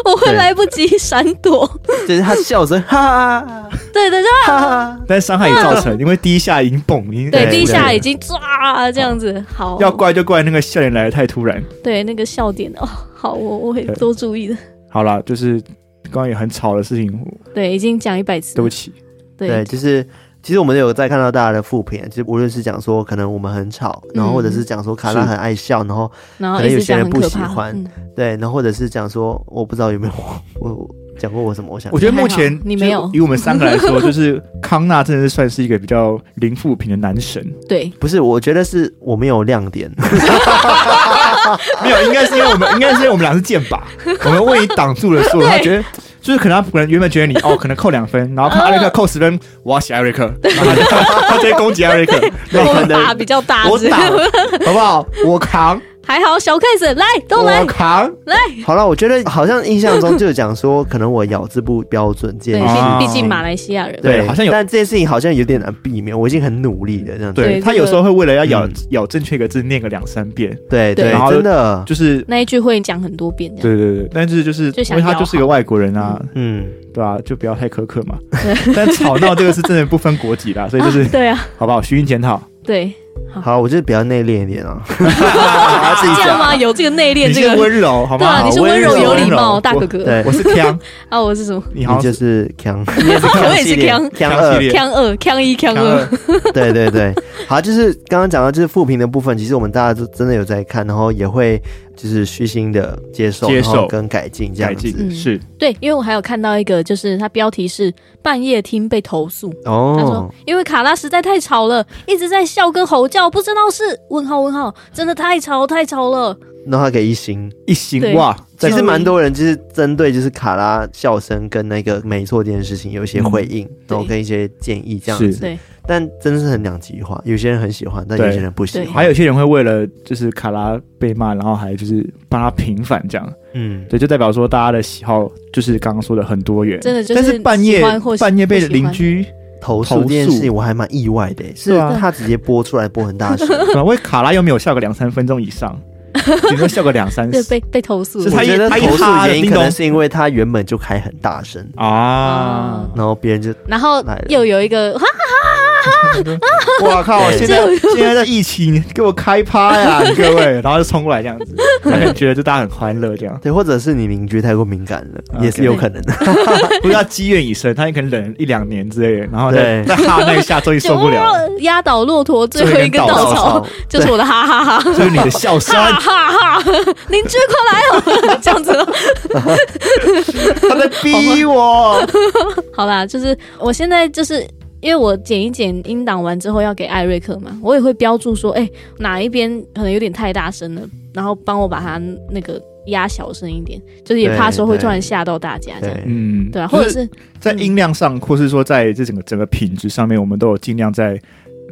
D: 我会
A: 对
D: 来不及闪躲。
A: 就是他笑声，哈哈
D: 对对，就
A: 哈哈。
C: 但是伤害也
D: [LAUGHS]
C: 造成，因为第一下已经蹦，已经哎
D: 对
A: 对
D: 第一下
A: 对
D: 已经抓这样子，好，
C: 要怪就怪那个笑脸来的太突然。
D: 对那个笑点哦，好，我我会
C: 对
D: 多注意的。
C: 好啦，就是关于很吵的事情，
D: 对，已经讲一百次了，
C: 对不起。
A: 对，
D: 对
A: 就是其实我们有在看到大家的负评，就是无论是讲说可能我们很吵，
D: 嗯
A: 然后或者是讲说卡拉
C: 是
A: 很爱笑，然后
D: 然后
A: 可能
D: 一
A: 有
D: 直
A: 些
D: 讲
A: 人
D: 很
A: 不
D: 可
A: 喜
D: 怕。
A: 欢
D: 嗯
A: 对，然后或者是讲说我不知道有没 [LAUGHS] 有我我讲过我什么，我想
C: 我觉得目前
D: 你没有
C: 就以我们三个来说，就是康纳真的是算是一个比较零负评的男神。
D: 对，
A: 不是，我觉得是我没有亮点。
C: [LAUGHS] 没有，应该是因为我们，应该是因为我们俩是剑
D: [LAUGHS]
C: 拔，我们为你挡住了所有。他觉得就是可能他可能原本觉得你哦，可能扣两分，然后看艾瑞
D: 嗯
C: 克扣十分，我要写艾瑞克，然后他 [LAUGHS] 就
D: [LAUGHS]
C: 他直接攻击艾瑞克，
A: 对
D: 我
A: 可能
D: 打比较大
C: 我
D: 只，
C: 打，好不好？我扛，
D: [LAUGHS] 还好小 case 来都来
C: 我扛，
A: 好了，我觉得好像印象中就讲说，可能我咬字不标准，
D: 对，
A: 建议
C: 啊
D: 毕毕竟马来西亚人，
C: 对好像有
A: 但这件事情好像有点难避免，我已经很努力了，这样子。
C: 对
D: 对
C: 他
D: 这个
C: 有时候会为了要咬
A: 嗯
C: 咬正确一个字念个两三遍，
A: 对对
D: 对然
C: 后
A: 真的，
C: 就是
D: 那一句会讲很多遍这样。
C: 对对对，但是就是
D: 就
C: 因
D: 想
C: 为他就是个外国人啊，
A: 嗯，
C: 对吧、就不要太苛刻嘛。但吵闹这个是真的不分国籍啦，所
D: [LAUGHS]
C: 以就是
D: 啊对啊，
C: 好不好？虚心检讨，
D: 对，
C: 嗯
A: 好，我就是比较内敛一点啊，我要自己
D: [LAUGHS] 这
A: 讲。
D: 样吗？有这个内
C: 你
D: 敛这
C: 是
D: 个，
C: 温柔好
D: 对
C: 吗？
D: 啊，
A: 好
D: 你是温柔
A: 温柔
D: 有礼
C: 温柔哎
D: 貌大哥
A: [LAUGHS]
D: 哥
A: 对
C: 我，是腔，
D: 啊，我是什么？
C: 你
A: 你
C: 好像
A: 就是是强，
C: 你也是
D: [LAUGHS]
C: 腔
D: 我也是
C: 系列
D: 腔
A: 强
C: 系
A: 二，
C: 列
D: 强二、强一、强
C: 腔二
D: 二，
A: [LAUGHS] 对对对。好，就是刚刚讲到就是负评的部分，其实我们大家都真的有在看，然后也会就是虚心的接受，
C: 接
A: 然后
C: 受
A: 跟改进这
C: 改
A: 样子。
C: 进是
D: 对，因为我还有看到一个，就是它标题是“半夜听被投诉”，嗯他说
A: 哦，
D: 因为卡拉实在太吵了，一直在笑跟吼叫，不知道是问号问号，真的太吵太吵了。
A: 那他给一星。
C: 一星
D: 对
C: 哇，
A: 其实
D: 终于
A: 蛮多人就是针对就是卡拉笑声跟那个没错这件事情有一些回应，然后
D: 对
A: 跟一些建议这样
C: 嗯是
A: 子，
D: 对
A: 但真的是很两极化，有些人很喜欢，但
C: 对
A: 有些人不喜
D: 对
A: 欢。
C: 还有些人会为了就是卡拉被骂，然后还就是帮他平反这样，
A: 嗯，
C: 对，就代表说大家的喜好就是刚刚说的很多元。
D: 真的就是
C: 但是半夜
D: 喜欢或喜
C: 半夜被
D: 不喜欢
C: 邻居，
A: 投诉这件事
C: 投
A: 情
C: 诉
A: 我还蛮意外的，是
C: 对啊
A: 他直接播出来播很大声，
C: 因为卡拉又没有笑个两三分钟
D: [LAUGHS]
C: 以上，顶多笑个两三
D: 对
C: 十
D: 被被投诉
C: [LAUGHS] 是
D: 了
C: 他
A: 我
C: 一
A: 觉得
C: 他一
A: 投诉
C: 哈
A: 原因
C: 叮
A: 可能
C: 咚
A: 是因为他原本就开很大声，
C: 啊。
A: 然后别人就
D: 然后
A: 来了
D: 又有一个哈 [LAUGHS]
C: 我靠！
A: 对
C: 现在现在在疫情，你给我开趴呀，你各位！然后就冲过来这样
D: [LAUGHS]
C: 子，感觉得就大家很欢乐这样，
A: 对，或者是你邻居太过敏感了，
C: OK
A: 也是有可能的。
C: 不是要积怨已深，他也可能忍一两年之类的，然后再
A: 对
C: 再哈那一下，终于受不
D: [LAUGHS]
C: 了，
D: 就压倒骆驼最后一根
C: 最后一根
A: [LAUGHS]
D: 稻
C: [LAUGHS] 稻
D: 草，就是我的哈哈哈。
C: 就是你的笑
D: [LAUGHS]
C: 声，
D: 哈哈哈！邻居快来哦， [LAUGHS] 这样子哦。
C: 他在逼 [LAUGHS] 我。
D: 好啦，就是我现在就是因为我剪一剪音档完之后要给艾瑞克嘛，我也会标注说，哎、哪一边可能有点太大声了，然后帮我把它那个压小声一点，就是也怕说会突然吓到大家这样。
A: 对，
C: 嗯，
D: 对啊，或者是
C: 在音量上，或是说在这整个整个品质上面，我们都有尽量在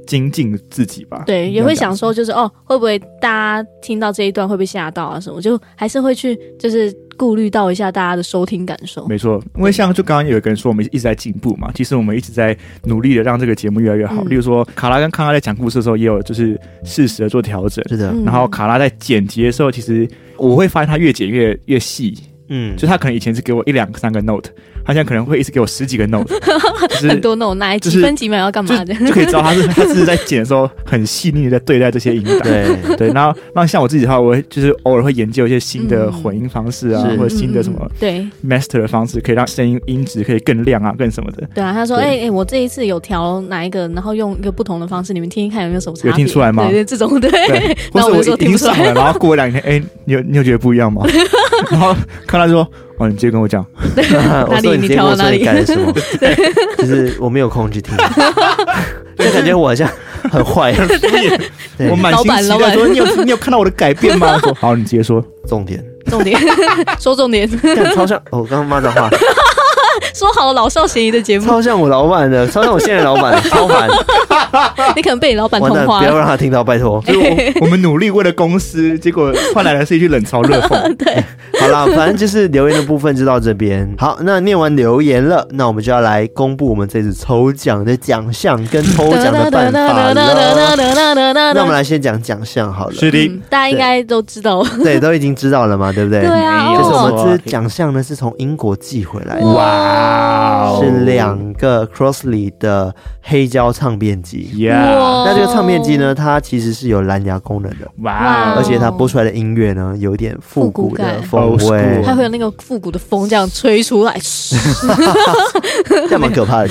C: 精进自己吧。
D: 对，也
C: 这
D: 会
C: 样讲
D: 想说，就是哦，会不会大家听到这一段会被吓到啊什么？就还是会去就是顾虑到一下大家的收听感受。
C: 没错，因为像就刚刚有一个人说，我们一直在进步嘛，其实我们一直在努力的让这个节目越来越好。
D: 嗯
C: 例如说，卡拉跟康康在讲故事的时候，也有就是适时的做调整。
A: 是的，
D: 嗯
C: 然后卡拉在剪辑的时候，其实我会发现他越剪越越细，
A: 嗯，
C: 就他可能以前是给我一两个三个 note，他现在可能会一直给我十几个
D: [LAUGHS]
C: note，就是
D: 很多那种哪
C: 就
D: 几
C: 是
D: 分几秒要干嘛
C: 就
D: 的？
C: 就可以知道他是他是在剪的时候很细腻的在对待这些音档。
A: 对，
C: 对，然后那像我自己的话，我会就是偶尔会研究一些新的混音方式啊，
A: 嗯是
C: 或者新的什么
D: 嗯？嗯嗯对，
C: master 的方式，可以让声音音质可以更亮啊，更什么的，
D: 对啊，他说：“哎
C: 对
D: 哎、欸我这一次有调哪一个，然后用一个不同的方式，你们听听看有没有什么差别？
C: 有听出来吗
D: 对对，这种对。
C: 对，
D: [LAUGHS]
C: 或
D: 那我
C: 者
D: 就
C: 我
D: 说
C: 已
D: 听
C: 经
D: 不出来
C: 上了，然后过两天，哎、你有你有觉得不一样
D: [LAUGHS]
C: 吗？然后看他说，哦，你直接跟我讲，
A: [LAUGHS] 我说你直接跟我说你改了什么？就是我没有空去听，就感觉我好像很坏。对
C: 我满
D: 老
C: 心
D: 板
C: 期
D: 老
C: 待
D: 板
C: 说，你有你有看到我的改变吗？我
D: [LAUGHS]
C: 说好，你直接说，
A: 重点，
D: [LAUGHS] 重点说重点，
A: 干超像哦我刚刚骂脏话，
D: 说好了老少咸宜的节目，
A: 超像我老板的，超像我现在老板的，超烦，
D: 你可能被你老板
A: 完
D: 同
A: 蛋，
D: 化
A: 不要
D: 了。
A: 让他听到，拜托。
C: 就是我我们努力为了公司，结果换来的是一句冷嘲热
D: [LAUGHS]
C: 讽，
A: 好啦，反正就是留言的部分就到这边。好，那念完留言了，那我们就要来公布我们这次抽奖的奖项跟抽奖的办法了。
D: [LAUGHS]
A: 那我们来先讲奖项好了，
C: 是的，
D: 嗯嗯，大家应该都知道，
A: 对，都已经知道了嘛，对不对？
D: 对啊，
C: 没
A: 就是我
D: 哦
A: 们这次奖项呢是从英国寄回来的。
C: 嗯哇
A: 是两个 Crossley 的黑胶唱片机。
C: ，Yeah，
D: 哇
A: 啊那这个唱片机呢，它其实是有蓝牙功能的，
C: 哇
D: 哇哦
A: 而且它播出来的音乐呢，有一点复古的风
C: 复古感
A: 味
C: Old，
D: 它会有那个复古的风这样吹
A: [LAUGHS]
D: 出来，
A: 这样蛮可怕的。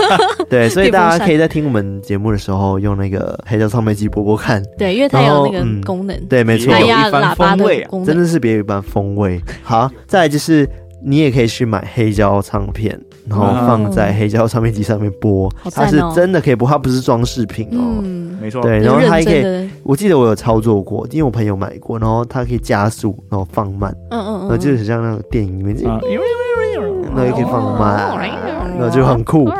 C: [LAUGHS]
A: 对，所以大家可以在听我们节目的时候，用那个黑胶唱片机播播
D: [LAUGHS]
A: 看。
D: 对，因为它有那
A: 然后嗯
D: 个功能，
A: 对，没错
D: 蓝，
C: 有
D: 牙
C: 一番
D: 喇叭
C: 风味
D: 的
C: 啊
D: 功
A: 真
D: 能，
A: 的是别有一番风味。好，再来就是。你也可以去买黑胶唱片，然后放在黑胶唱片机上面播，
D: 哦好赞
A: 它
D: 哦
A: 是真的可以播，它不是装饰品哦。
D: 嗯，
C: 没错，
A: 对，然后它
D: 认
A: 也可以
D: 真的，嗯
A: 我记得我有操作过，因为我朋友买过，然后它可以加速，然后放慢，
D: 嗯
A: 然后
D: 嗯，
A: 呃就很像那个电
C: 啊
A: 影里面，
C: 啊，因为
D: 哦哎
A: 那、后就可以放慢，然后就很酷。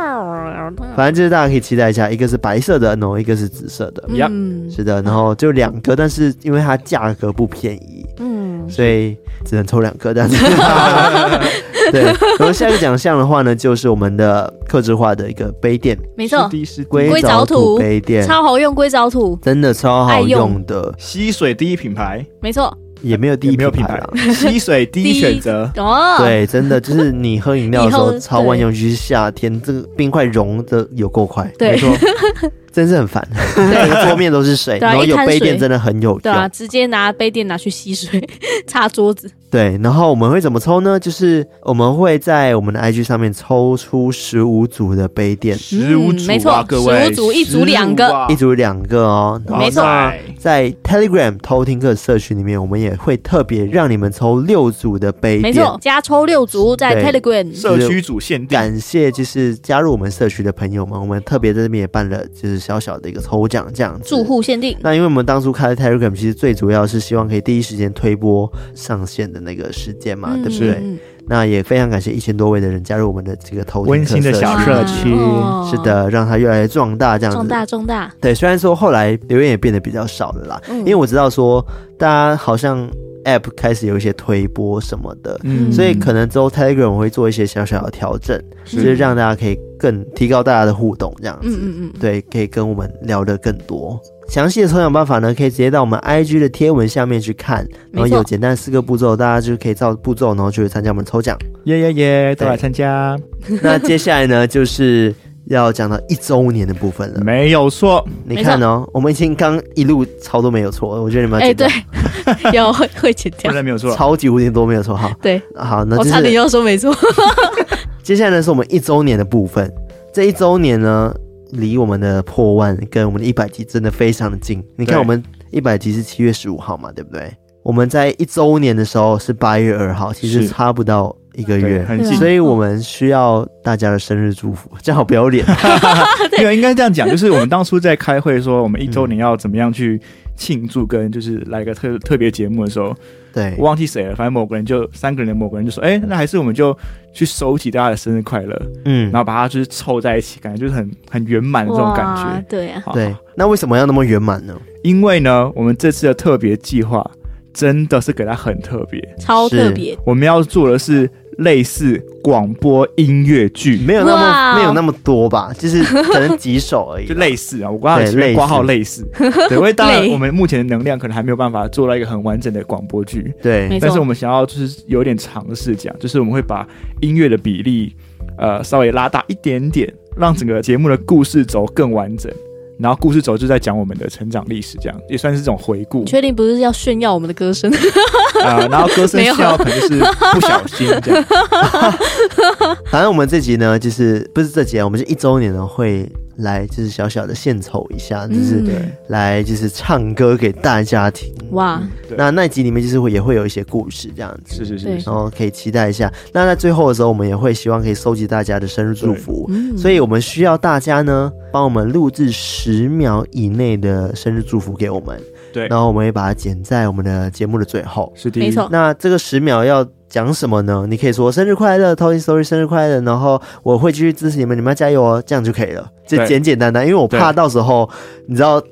A: 反正就是大家可以期待一下，一个是白色的 No，一个是紫色的，
C: Yup
D: 嗯
A: 是的，然后就两个，但是因为它价格不便宜，
D: 嗯，
A: 所以只能抽两颗
D: [LAUGHS]
A: 这样子。 [LAUGHS] 对，然后下一个奖项的话呢，就是我们的克制化的一个杯垫，
D: 没错
C: 是，第是第
A: 硅
C: 一
D: 硅藻
A: 土
D: 土
A: 杯垫，
D: 超好用硅藻土，
A: 真的超好用的，
C: 吸水第一品牌，
D: 没错，
A: 也没有第一
C: 也没有
A: 品
C: 品
A: 牌啊
C: 牌
A: 啦。，
C: 吸水第一选择。
D: [LAUGHS] 哦，，
A: 对，真的就是你喝饮料的时候
D: [LAUGHS] 以后
A: 超万用，尤其是夏天，这个冰块融的有够快，
D: 对
A: 没错，真是很烦。 [LAUGHS] 整个桌面都是水，
D: 对啊
A: 然后有
D: 一滩
A: 杯垫
D: 水
A: 真的很有
D: 对啊，
A: 用。
D: 直接拿杯垫拿去吸水， [LAUGHS] 擦桌子，
A: 对，然后我们会怎么抽呢？就是我们会在我们的 IG 上面抽出十五组的杯垫，
C: 十五组
D: 嗯没
C: 啊，
D: 错
C: 各位，
D: 15组一组两个
C: 15啊
A: 一组两个哦。然后
D: 没错
A: 那在 Telegram 偷听课社群里面，我们也会特别让你们抽六组的杯
D: 没
A: 垫。
D: 错，加抽六组在
A: 对
D: Telegram，
C: 社区组限定，
A: 感谢就是加入我们社区的朋友们，我们特别在这边也办了就是小小的一个抽奖这样子。
D: 住户限定，
A: 那因为我们当初开 Telegram，其实最主要是希望可以第一时间推播上线的那个时间嘛，对不对？
D: 嗯
A: 那也非常感谢一千多位的人加入我们的这个投
C: 温馨的小社区
D: 哇
A: 是，的，让它越来越壮大这样子。
D: 嗯壮大壮大，
A: 对，虽然说后来留言也变得比较少了啦，
D: 嗯
A: 因为我知道说大家好像 App 开始有一些推播什么的，
D: 嗯
A: 所以可能之后 Telegram 我会做一些小小的调整，就是让大家可以更提高大家的互动，这样子，
D: 嗯嗯嗯，
A: 对，可以跟我们聊得更多。详细的抽奖办法呢，可以直接到我们 IG 的贴文下面去看，然后
D: 没错
A: 有简单四个步骤，大家就可以照步骤，然后就去参加我们抽
D: [LAUGHS]
A: 奖。
C: 耶耶耶，都
A: 对
C: 来参加，
A: 那接下来呢，就是要讲到一周年的部分了。
C: 没有错，
A: 你看哦，我们已经刚一路超都没有错，我觉得你们要
D: 哎，
A: 剪掉
D: 对， [LAUGHS] 要会会剪
C: 真
D: 掉，
C: 的没有错，
A: 超级无敌多没有错。好，
D: 对，
A: 好，那
D: 我
A: 就
D: 差点
A: 是
D: 要说没错，
A: 接下来呢是我们一周年的部分。这一周年呢，离我们的破万跟我们的一百集真的非常的近。你看，
C: 对
A: 我们一百集是七月十五号嘛，对不对？我们在一周年的时候是八月二号，其实
C: 是
A: 差不到一个
C: 对
A: 月，
C: 很近
A: 所以我们需要大家的生日祝福。这样好不要 [LAUGHS] 脸，
C: 没有，应该这样讲，就是我们当初在开会说我们一周年要怎么样去庆祝，跟就是来个特特别节目的时候，
A: 对
C: 我，忘记谁了，反正某个人就三个人的某个人就说，哎、那还是我们就去收集大家的生日快乐，
A: 嗯
C: 然，后把它就是凑在一起，感觉就是很很圆满的这种感
D: 哇
C: 觉。
D: 对啊，
C: 好
A: 对，。那为什么要那么圆满呢？
C: 因为呢，我们这次的特别计划真的是给它很特别，
D: 超特别，
C: 我们要做的是类似广播音乐剧，
A: 没有那么
D: 哇
A: 没有那么多吧，就是可能几首而已啦。
C: 就类似啊，我刚刚
A: 对
C: 前面挂号
A: 类
D: [LAUGHS]
C: 类似，对，因为当然
D: 类
C: 我们目前的能量可能还没有办法做到一个很完整的广播剧，
A: [LAUGHS] 对
D: 没错
C: 但是我们想要就是有点尝试讲，就是我们会把音乐的比例呃稍微拉大一点点，让整个节目的故事轴更完整。然后故事轴就在讲我们的成长历史，这样也算是一种回顾
D: [LAUGHS] 你确定不是要炫耀我们的歌声？ [LAUGHS]
C: 啊、呃然后歌声
D: 没有
C: 需要可能就是不小心
D: [LAUGHS]
C: 这样，
A: 反正我们这集呢，就是不是这集啊，我们是一周年呢会来就是小小的献丑一下，就是
D: 嗯
C: 对
A: 来就是唱歌给大家听。
D: 哇，
C: 对
A: 那那一集里面就是会也会有一些故事这样子。
C: 是是是
D: 对
C: 是，
A: 然后可以期待一下。那在最后的时候，我们也会希望可以收集大家的生日祝福，嗯
C: 嗯
D: 嗯
A: 所以我们需要大家呢帮我们录制十秒以内的生日祝福给我们，
C: 对
A: 然后我们会把它剪在我们的节目的最后。
C: 是第一，
D: 没错，
A: 那这个十秒要讲什么呢？你可以说生日快乐，Tony Story 生日快乐，然后我会继续支持你们，你们要加油哦，这样就可以了，就
C: 对
A: 简简单单，因为我怕
C: 对
A: 到时候你知道。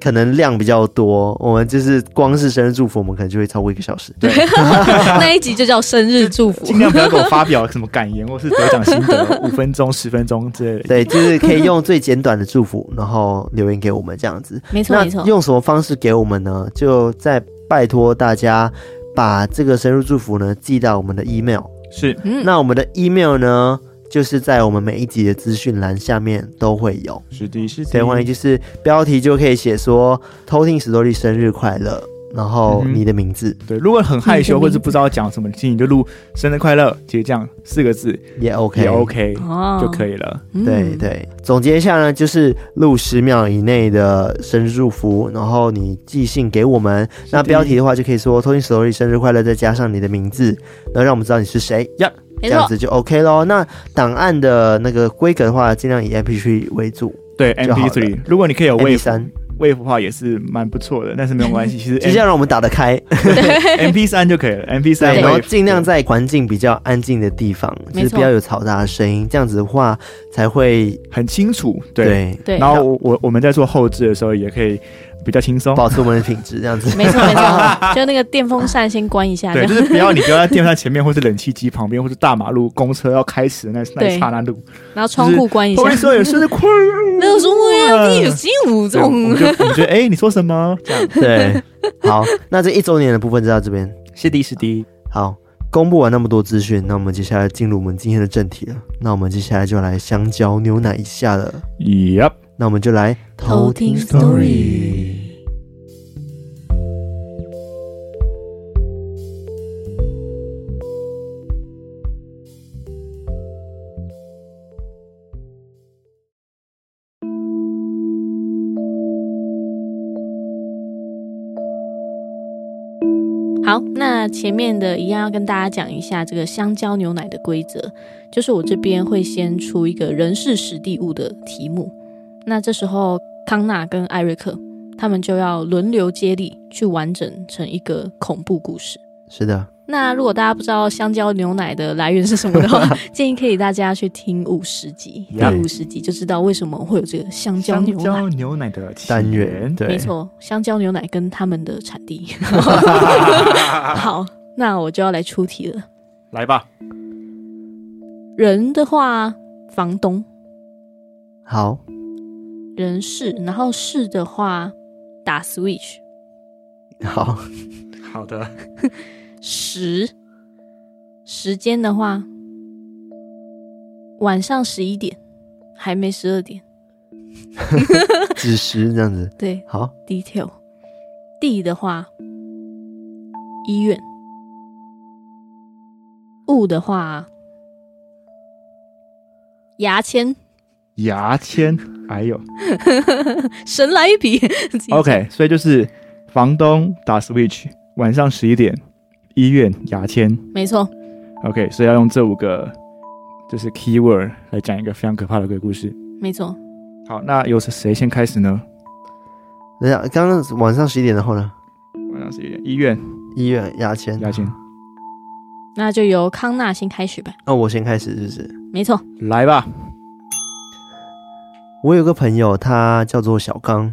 A: 可能量比较多，我们就是光是生日祝福，我们可能就会超过一个小时。对，
D: [LAUGHS] 那一集就叫生日祝福，
C: 尽量不要给我发表什么感言或是得奖心得，五分钟、十分钟之类的。
A: 对，就是可以用最简短的祝福，然后留言给我们这样子。
D: [LAUGHS] 没错
A: 那
D: 没错，
A: 用什么方式给我们呢？就再拜托大家把这个生日祝福呢寄到我们的 email，
C: 是
D: 嗯
A: 那我们的 email 呢，就是在我们每一集的资讯栏下面都会有。
C: 是的，是的，
A: 对，万一就是标题就可以写说“偷听史多利生日快乐”，然后
C: 嗯哼
A: 你的名字、
C: 对，如果很害
D: 你的名
C: 羞
D: 字
C: 或者不知道讲什么，其实你就录“生日快乐”，其实这样四个字
A: 也 OK。
C: 也 OK
D: 哦
C: 就可以了。
A: 对对，总结一下呢，就是录十秒以内的生日祝福，然后你寄信给我们。那标题的话就可以说“偷听史多利生日快乐”，再加上你的名字，然后让我们知道你是谁。
C: 呀
A: 这
D: 没
A: 样
D: 错，
A: 子就 OK 咯。那档案的那个规格的话，尽量以 MP3 为主。
C: 对
A: 就好了
C: ，MP3，如果你可以有
A: MP
C: wave，
A: 三
C: wave 的话也是蛮不错的，但是没有
A: [LAUGHS]
C: 关系，其实
A: 其实要让我们打得开，
C: [LAUGHS] M P 三就可以了，M P 三
A: 对，然后尽量在环境比较安静的地方，就
D: 没
A: 是
D: 错
A: 不要有嘈杂的声音，这样子的话才会
C: 很清楚，对。
A: 对
D: 对，
C: 然后我我我们在做后置的时候也可以比较轻松，
A: 保持我们的品质，这样子。
D: 没错没
C: [LAUGHS]
D: 错，就那个电风扇先关一下，这
C: 对，
D: 样
C: 就是不要你不要在电扇前面，或是冷气机旁边，或是大马路公车要开始的那那
D: 对
C: 一刹那路，
D: 然后窗户关一下
C: 后。面说有生日快
D: [LAUGHS]
C: 乐，
D: 那个时候我要你有进五
C: 对我
D: 种
C: 们，就我们觉得哎，你说什么？
A: [LAUGHS]
C: 这样
A: 对，好，那这一周年的部分就到这边。
C: 是的，是的，
A: 好，公布完那么多资讯，那我们接下来进入我们今天的正题了。那我们接下来就来香蕉牛奶一下了。
C: Yep，
A: 那我们就来
D: 偷听 story。好，那前面的一样要跟大家讲一下这个香蕉牛奶的规则，就是我这边会先出一个人事实地物的题目，那这时候康纳跟艾瑞克他们就要轮流接力去完整成一个恐怖故事。
A: 是的，
D: 那如果大家不知道香蕉牛奶的来源是什么的话，建议可以大家去听五十集，
A: Yeah
D: 第五十集就知道为什么会有这个香蕉
C: 香
D: 牛奶。
C: 蕉牛奶的起
A: 单元对，
D: 没错，香蕉牛奶跟他们的产地。好，那我就要来出题了。
C: 来吧，
D: 人的话，房东
A: 好，
D: 人事，然后事的话，打 Switch
A: 好， [LAUGHS]
C: 好的，
D: 时时间的话，晚上十一点，还没十二点。
A: 子时这样子。
D: 对
A: 好，
D: ，detail 地的话，医院物的话，牙签，
C: 牙签，哎呦
D: 神来一笔。 [LAUGHS] 自己
C: ，OK，所以就是房东打 Switch，晚上十一点，医院牙签
D: 没错，
C: ，OK，所以要用这五个就是 keyword 来讲一个非常可怕的鬼故事。
D: 没错。
C: 好，那由谁先开始呢？
A: 等一下，刚刚晚上十一点，然后呢？
C: 晚上十一点，医院
A: 医院牙签，
C: 牙签，
D: 那就由康纳先开始吧。
A: 哦，我先开始，是不是？
D: 没错，
C: 来吧，
A: 我有个朋友，他叫做小刚，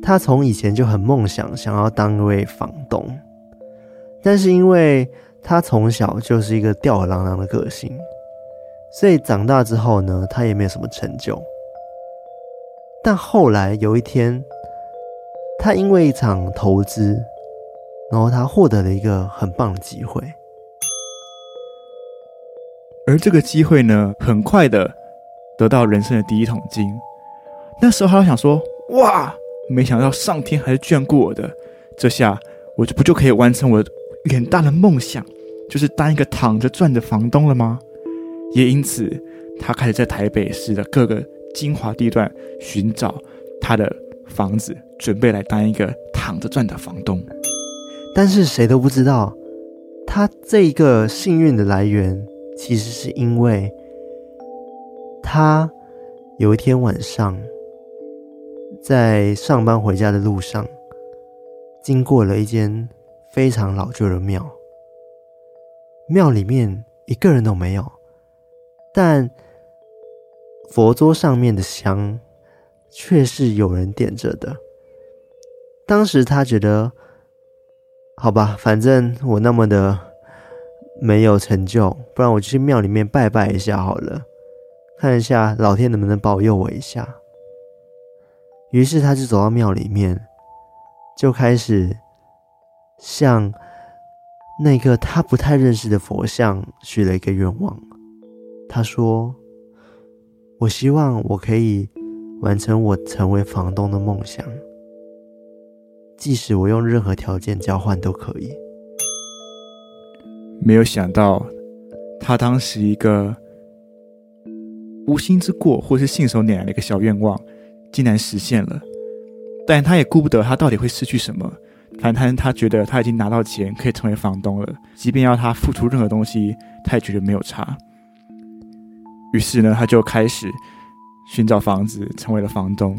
A: 他从以前就很梦想想要当一位房东，但是因为他从小就是一个吊儿郎当的个性，所以长大之后呢，他也没有什么成就。但后来有一天，他因为一场投资，然后他获得了一个很棒的机会。
C: 而这个机会呢，很快的得到人生的第一桶金。那时候他想说，哇，没想到上天还是眷顾我的，这下我就不就可以完成我远大的梦想，就是当一个躺着赚的房东了吗？也因此，他开始在台北市的各个精华地段寻找他的房子，准备来当一个躺着赚的房东。
A: 但是谁都不知道，他这个幸运的来源其实是因为他有一天晚上在上班回家的路上，经过了一间非常老旧的庙，庙里面一个人都没有，但佛桌上面的香却是有人点着的。当时他觉得好吧，反正我那么的没有成就，不然我去庙里面拜拜一下好了，看一下老天能不能保佑我一下。于是他就走到庙里面，就开始向那个他不太认识的佛像许了一个愿望。他说：“我希望我可以完成我成为房东的梦想。”即使我用任何条件交换都可以。
C: 没有想到，他当时一个无心之过，或是信手拈来的一个小愿望，竟然实现了。但他也顾不得他到底会失去什么，反正他觉得他已经拿到钱，可以成为房东了。即便要他付出任何东西，他也觉得没有差。于是呢，他就开始寻找房子，成为了房东。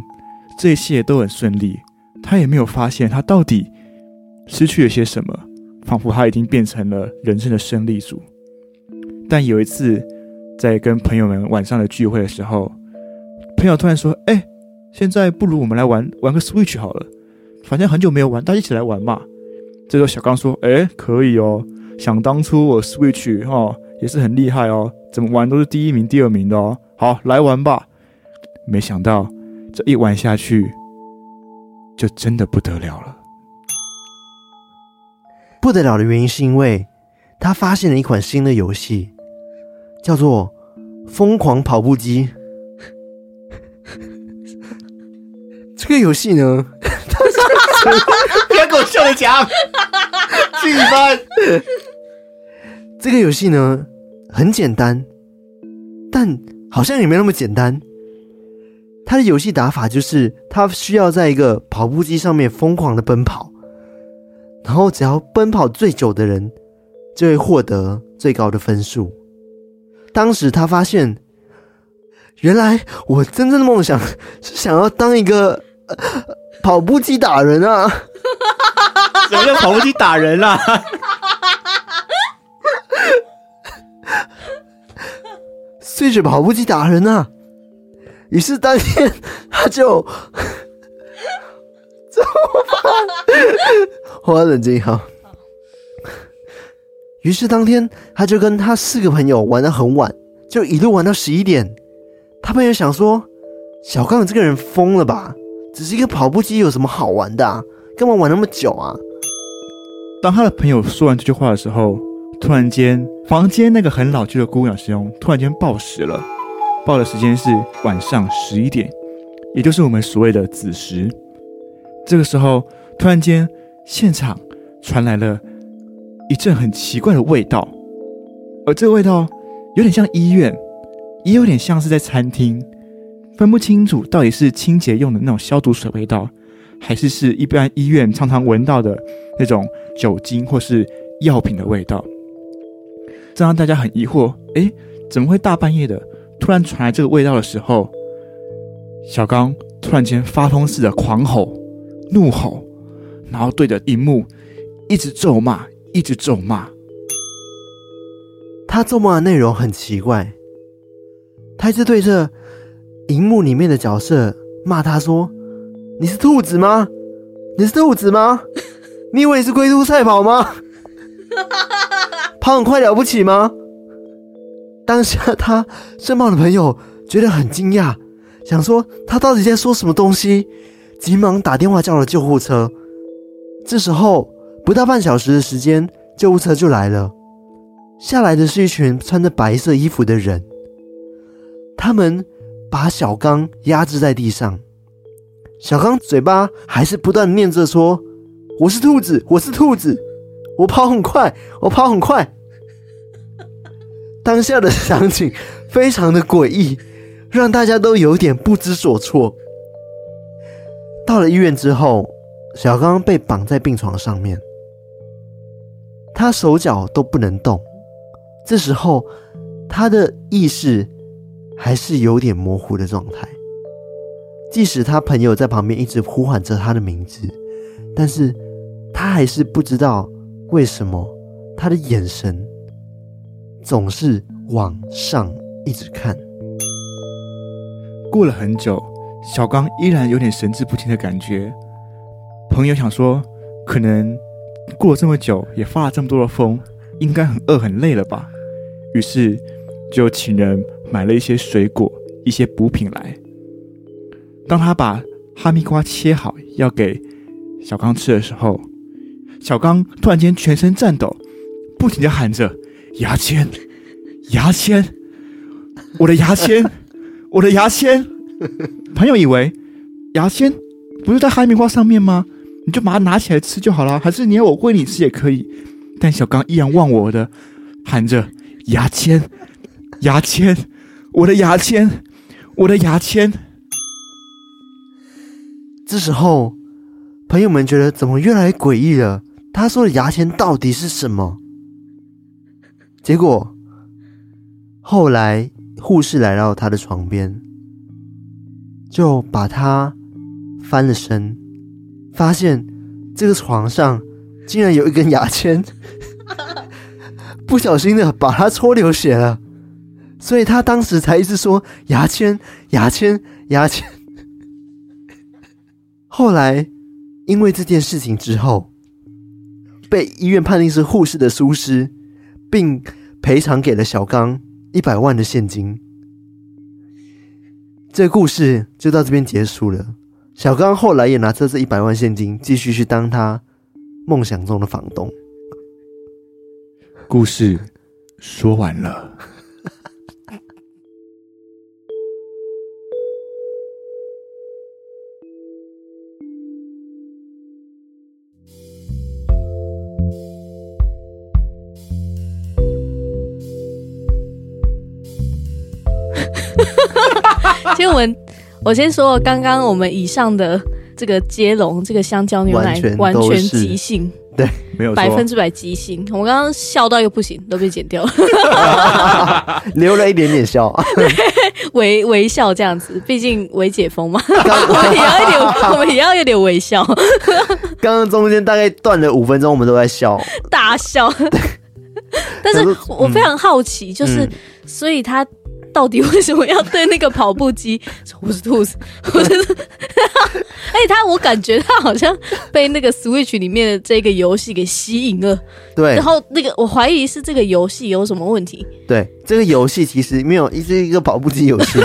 C: 这一切都很顺利，他也没有发现他到底失去了些什么，仿佛他已经变成了人生的胜利组。但有一次，在跟朋友们晚上的聚会的时候，朋友突然说：“哎、现在不如我们来玩玩个 Switch 好了，反正很久没有玩，大家一起来玩嘛。”这时候小刚说：“哎、可以哦，想当初我 Switch 哦也是很厉害哦，怎么玩都是第一名、第二名的哦。好，来玩吧。”没想到这一玩下去，就真的不得了 [LAUGHS] 了。
A: 不得了的原因是因为他发现了一款新的游戏，叫做《疯狂跑步机》。这个游戏呢，
C: 不要给我笑着 [LAUGHS] 讲，
A: 这一般，这个游戏呢很简单，但好像也没那么简单。它的游戏打法就是，它需要在一个跑步机上面疯狂的奔跑，然后只要奔跑最久的人就会获得最高的分数。当时他发现，原来我真正的梦想是想要当一个、呃跑步机打人啊！
C: 什么叫跑步机打人啊啦、
A: 碎纸跑步机打人啊！于是当天他就 [LAUGHS] 怎么办？我要冷静好。于是当天他就跟他四个朋友玩到很晚，就一路玩到十一点。他朋友想说：“小刚，你这个人疯了吧？只是一个跑步机有什么好玩的、啊？干嘛玩那么久啊？”
C: 当他的朋友说完这句话的时候，突然间，房间那个很老旧的姑娘时钟突然间报时了，报的时间是晚上十一点，也就是我们所谓的子时。这个时候，突然间，现场传来了一阵很奇怪的味道，而这个味道有点像医院，也有点像是在餐厅，分不清楚到底是清洁用的那种消毒水味道，还是是一般医院常常闻到的那种酒精或是药品的味道，这让大家很疑惑：诶，怎么会大半夜的突然传来这个味道的时候，小刚突然间发疯似的狂吼、怒吼，然后对着荧幕一直咒骂，一直咒骂。
A: 他咒骂的内容很奇怪，他一直对着荧幕里面的角色骂他说：“你是兔子吗？你是兔子吗？你以为你是龟兔赛跑吗？跑很快了不起吗？”当下他身旁的朋友觉得很惊讶，想说他到底在说什么东西，急忙打电话叫了救护车。这时候不到半小时的时间，救护车就来了。下来的是一群穿着白色衣服的人，他们把小刚压制在地上。小刚嘴巴还是不断念着说：“我是兔子，我是兔子，我跑很快，我跑很快。”当下的场景非常的诡异，让大家都有点不知所措。到了医院之后，小刚被绑在病床上面，他手脚都不能动。这时候，他的意识还是有点模糊的状态。即使他朋友在旁边一直呼喊着他的名字，但是他还是不知道为什么他的眼神总是往上一直看。
C: 过了很久，小刚依然有点神志不清的感觉。朋友想说，可能过了这么久，也发了这么多的疯，应该很饿很累了吧？于是就请人买了一些水果、一些补品来。当他把哈密瓜切好要给小刚吃的时候，小刚突然间全身颤抖，不停的喊着：“牙签，牙签，我的牙签，我的牙 [LAUGHS] 签！”朋友以为牙签不是在哈密瓜上面吗？你就把它拿起来吃就好了，还是你要我喂你吃也可以。但小刚依然忘我的喊着牙签，牙签，我的牙签，我的牙签。
A: 这时候，朋友们觉得怎么越来越诡异了？他说的牙签到底是什么？结果，后来护士来到他的床边，就把他翻了身，发现这个床上竟然有一根牙签，不小心的把他戳流血了，所以他当时才一直说牙签、牙签、牙签。后来因为这件事情之后，被医院判定是护士的疏失，并赔偿给了小刚一百万的现金。这故事就到这边结束了。小刚后来也拿着这一百万现金，继续去当他梦想中的房东。
C: 故事说完了。
D: [LAUGHS] 其实我们，我先说刚刚我们以上的这个接龙，这个香蕉牛奶
A: 完全
D: 完
A: 都
D: 全
A: 是
D: 即兴，
C: 没有
D: 百
C: 说
D: 分之百即兴。我刚刚笑到一个不行，都被剪掉 [LAUGHS] 了，
A: 留了一点点笑， [LAUGHS]
D: 微微笑这样子，毕竟微解封
A: [LAUGHS]
D: 嘛，我们也要一点，我们也要有点微笑，
A: 刚刚中间大概断了五分钟，我们都在笑。
D: 大笑。但是
A: 可是
D: 我非常好奇，就是、
A: 嗯
D: 所以他。到底为什么要对那个跑步机？ [LAUGHS] 我是兔子，我是 [LAUGHS] 兔子。哎、他我感觉他好像被那个 Switch 里面的这个游戏给吸引了，
A: 对
C: 哎
D: 然后那个我怀疑是这个游戏有什么问题，
A: 对，这个游戏其实没有，是一个跑步机游戏。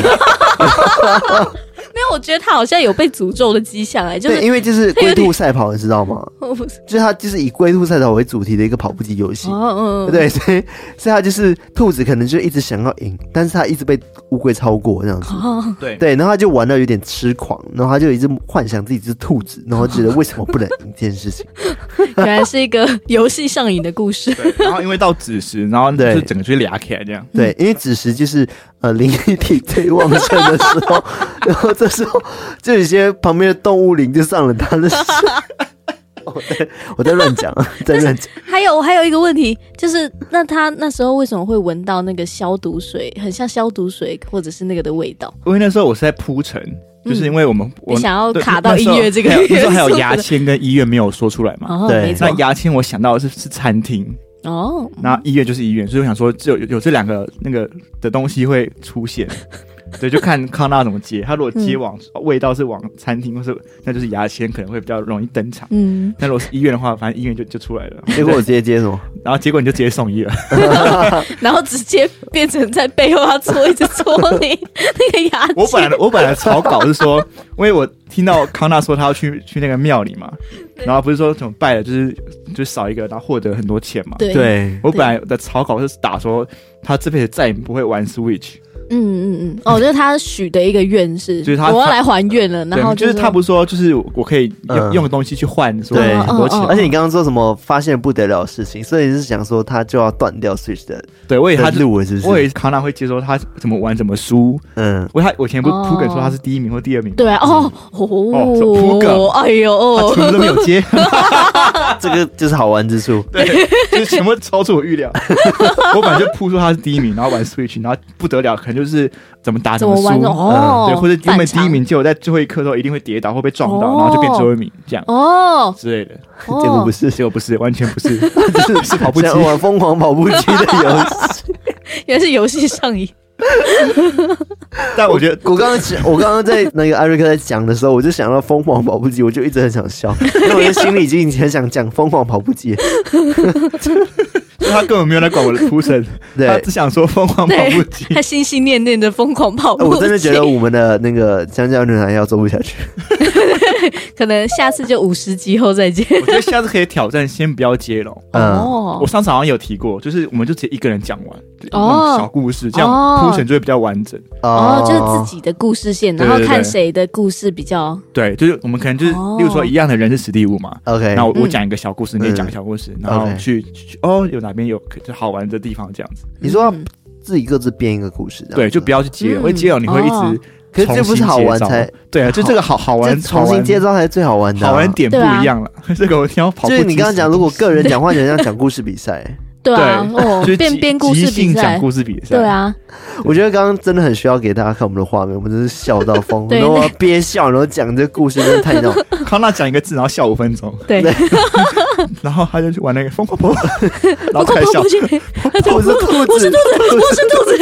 D: 没有，我觉得他好像有被诅咒的迹象哎、就
A: 对，
D: 是
A: 因为就是龟兔赛跑，你知道吗？
D: 我不是
A: 就是它就是以龟兔赛跑为主题的一个跑步机游戏。
D: 哦
A: [LAUGHS]
D: 嗯，
A: 对，所以所以它就是兔子可能就一直想要赢，但是它一直被乌龟超过这样子。
D: 哦，
C: 对
A: 对，然后他就玩到有点痴狂，然后他就一直幻想自己是兔子，然后觉得为什么不能赢这件事
D: [LAUGHS]
A: 情？
D: 原来是一个游戏上瘾的故事，
C: 对，然后因为到子时，然后就
A: 对
C: 是整个就俩起来这样。
A: 对，因为子时就是呃灵异体最旺盛的时候，
D: [LAUGHS]
A: 然后这时候就有些旁边的动物灵就上了他的
D: [LAUGHS]
A: 身。我在我在乱讲，在乱
D: [LAUGHS]
A: 讲。
D: [LAUGHS] 还有还有一个问题就是，那他那时候为什么会闻到那个消毒水，很像消毒水或者是那个的味道？
C: 因为那时候我是在铺陈，就是因为我们我
D: 你想要
C: 对
D: 卡到
C: 那时候
D: 音乐这个
C: 还有
D: 元素
C: 那时候还有牙签跟医院没有说出来嘛。
D: 哦，
A: 对
D: 没错
C: 那，牙签我想到的是是餐厅，
D: 哦，
C: 那医院就是医院，所以我想说只有有有这两个那个的东西会
D: [LAUGHS]
C: 出现，对，就看康纳怎么接。他如果接往、味道是往餐厅，或是那就是牙签可能会比较容易登场。
D: 嗯，
C: 那如果是医院的话，反正医院就就出来
D: [LAUGHS]
C: 了，
A: 结果我直接接什么？
C: 然后结果你就直接送医了。
D: 然后直接变成在背后要搓，一直搓 [LAUGHS] 你那个牙
C: 我本来
D: 签，
C: 的我本来的草稿
D: [LAUGHS]
C: 是说，因为我听到康纳说他要去去那个庙里嘛，然后不是说怎么拜了，就是就少一个，然后获得很多钱嘛。
D: 对，
A: 对，
C: 我本来的草稿是打说他这辈子再也不会玩 Switch，
D: 嗯嗯嗯，哦，就是他许的一个愿是，
C: 就是他
D: 我要来还愿了，然后
C: 对就是是他不是说就是我可以用、
A: 嗯
C: 用的东西去换说
A: 对
C: 很多钱，
D: 嗯嗯嗯
A: 而且你刚刚说什么发现不得了的事情，所以你是想说他就要断掉 Switch 的
C: 对我以为他
A: 的
C: 就
A: 路了，是不
C: 我以
A: 是？
C: 为康纳会接受他怎么玩怎么输，
D: [LAUGHS]
A: 嗯，
C: 我他我以前不是
D: 哦
C: 铺梗说他是第一名或第二名吗，
D: 对啊，哦
C: 哦手扑梗
D: 哦，哎呦，
C: 他全部
D: 哦
C: 都没有
D: [LAUGHS]
C: 接，
A: 这个就是好玩之处。
C: 对，就是全部超出我预料。 [LAUGHS] 我本来就扑出他是第一名，然后玩 Switch，然后不得了，可能就是怎么打
D: 怎
C: 么
D: 么
C: 输，
D: 玩哦，
C: 嗯对，或者原本第一
D: 反
C: 名，结果在最后一刻的时候一定会跌倒，会被撞到，
D: 哦
C: 然后就变最后一名这样
D: 常哦，
C: 之类的。
D: 哦
A: 结果不是
C: 结果不是，完全不 [LAUGHS] 是，
A: 就是
C: 是跑步机
A: 像玩疯狂跑步机的游
D: [LAUGHS]
A: 戏。
D: 哦原来是游戏上
C: [LAUGHS]
D: 瘾，
C: [LAUGHS] 但我觉得。
A: 我刚刚讲我刚刚在那个艾瑞克在讲的时候，我就想到疯狂跑步机，我就一直很想
D: [LAUGHS]
A: 笑，因为我的心里已经很想讲疯狂跑步机。
C: 就他根本没有来管我的出身，
A: [LAUGHS] 对
C: 他只想说疯狂跑步机。
D: 他心心念念的疯狂跑
A: 哎
C: 呃
D: 步，
A: 我真的觉得，我们的那个香蕉牛奶要做不下去。
D: 可能下次就五十集后再见。
C: [LAUGHS] 我觉得下次可以挑战，先不要接龙。
D: 哦
A: 嗯，
C: 我上次好像有提过，就是我们就直接一个人讲完，就
D: 哦
C: 那种小故事，这样
D: 哦
C: 铺陈就会比较完整。
D: 哦，就是自己的故事线，
C: 啊对
D: 然后
C: 对对
D: 看谁的故事比较
C: 对，就是我们可能就是，
D: 哦
C: 例如说一样的人是史蒂物嘛，
A: OK，
C: 那我我
D: 嗯
C: 讲一个小故事，你也讲一个小故事，然后
A: OK
C: 去去去哦，有哪边有可就好玩的地方这样子。
A: 你说
D: 嗯
A: 自己各自编一个故事，这样
C: 对，就不
A: 要。
C: 要去接，
D: 嗯
C: 会接了你会一
D: 哦
A: 可
C: 直
A: 是这不
C: 重新接
A: 是好玩
C: 招
A: 才
C: 对啊，就这个好好玩，
A: 这 [LAUGHS] 重
C: 好玩
A: 新接招才是最好玩的啊。
C: 好玩点不
D: 对啊
C: [LAUGHS] 一样了。这个我听到跑步
A: 就
C: 机
A: 是
C: 时，
A: 你刚刚讲，如果个人讲话，人像讲故事比赛，
D: 对啊，
C: 对
D: 哦
C: [LAUGHS] 就是，
D: 变
C: 即
D: 编故
C: 即
D: 事比
C: 兴讲
D: 赛，
C: 故事比赛，
D: 对，啊，
A: 我觉得刚刚真的很需要给大家看我们的画面，我们真是笑到疯，
D: 对
A: 然后我要憋笑，然后讲这故事，真的太闹。
C: 康纳讲一个字，然后笑五分钟， [LAUGHS]
D: 对，
C: 然后他就去玩那个
D: [LAUGHS]
C: 疯狂婆婆，然后
D: 我快
C: 开始
D: 跑
C: 笑
D: 过，去，
A: [LAUGHS] 我是兔子，我是兔子，
D: 我是兔子，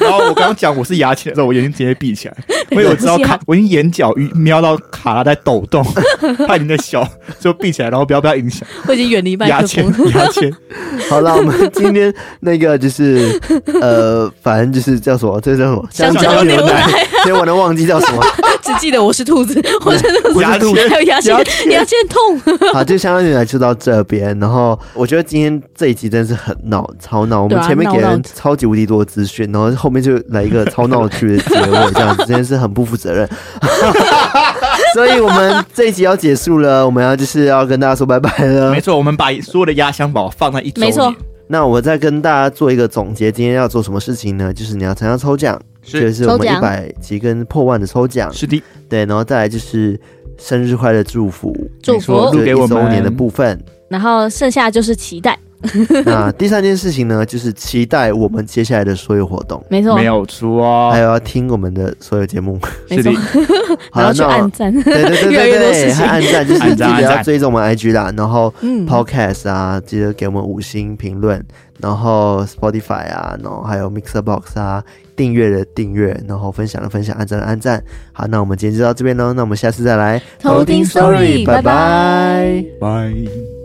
C: 然后我刚刚讲我是牙签的时候，我眼睛直接闭起来，因为我知道
D: 我不信 [LAUGHS]
C: 卡，我已经眼角一瞄到卡拉在抖动，他已经在笑，就闭起来，然后不要不要影响
D: 我已经远离麦
C: 牙
D: 克
C: 签
D: 风了。
C: 牙签，
A: 好了，我们今天那个就是呃，反正就是叫什么，这叫什么？
D: 香
C: 蕉
D: 蕉
C: 牛
D: 牛
C: 奶
D: 奶，
A: 今天我都忘记叫什么。
D: 只记得我是兔子，我是兔子，
C: 牙签
D: 还有 [LAUGHS] 牙签
C: 牙，
D: 牙签痛。 [LAUGHS]
A: 好，这相当于来就到这边。然后我觉得今天这一集真是很闹，超闹。我
D: 对
A: 们
D: 啊
A: 前面给
D: 闹
A: 人
D: 闹
A: 超级无敌多的资讯，然后后面就来一个超闹剧的结尾，这样子真的是很不负责任。所以我们这一集要结束了，我们要就是要跟大家说拜拜了
C: 没。错，我们把所有的压箱宝放在一周里，
D: 没错
A: 那我再跟大家做一个总结，今天要做什么事情呢？就是你要参加抽奖，
C: 是
A: 就是我
D: 抽
A: 们
D: 奖
A: 一百集跟破万的抽奖，
C: 是的，
A: 对，然后再来就是生日快乐祝福，
D: 祝
C: 没
D: 福
C: 错，
A: 就是
C: 给我
A: 一周
C: 们
A: 年的部分。
D: 然后剩下就是期待，
A: [LAUGHS] 那第三件事情呢，就是期待我们接下来的所有活动，
D: 没错，
C: 没有错哦
A: 还，有要听我们的所有节
D: [LAUGHS]
A: 目。
D: 没
C: 是
D: 错
C: 的，，
A: 好
D: 然
A: 了
D: 后，去
A: 那
D: 按
A: 我
D: 赞，
A: 对对对对
D: [LAUGHS] 越来越多事
A: 对，
D: 情
A: 还按赞，就是记
C: 按赞
A: 得
C: 按
A: 要
C: 赞
A: 追踪我们 IG 啦，然后
D: 嗯，
A: Podcast 啊，记得给我们五星评论，然后 Spotify 啊，然后还有 Mixer Box 啊，订阅的订阅，然后分享的分享，按赞的按赞。好，那我们今天就到这边喽，那我们下次再来
D: 偷听 Story，拜拜
A: 拜拜
C: 拜。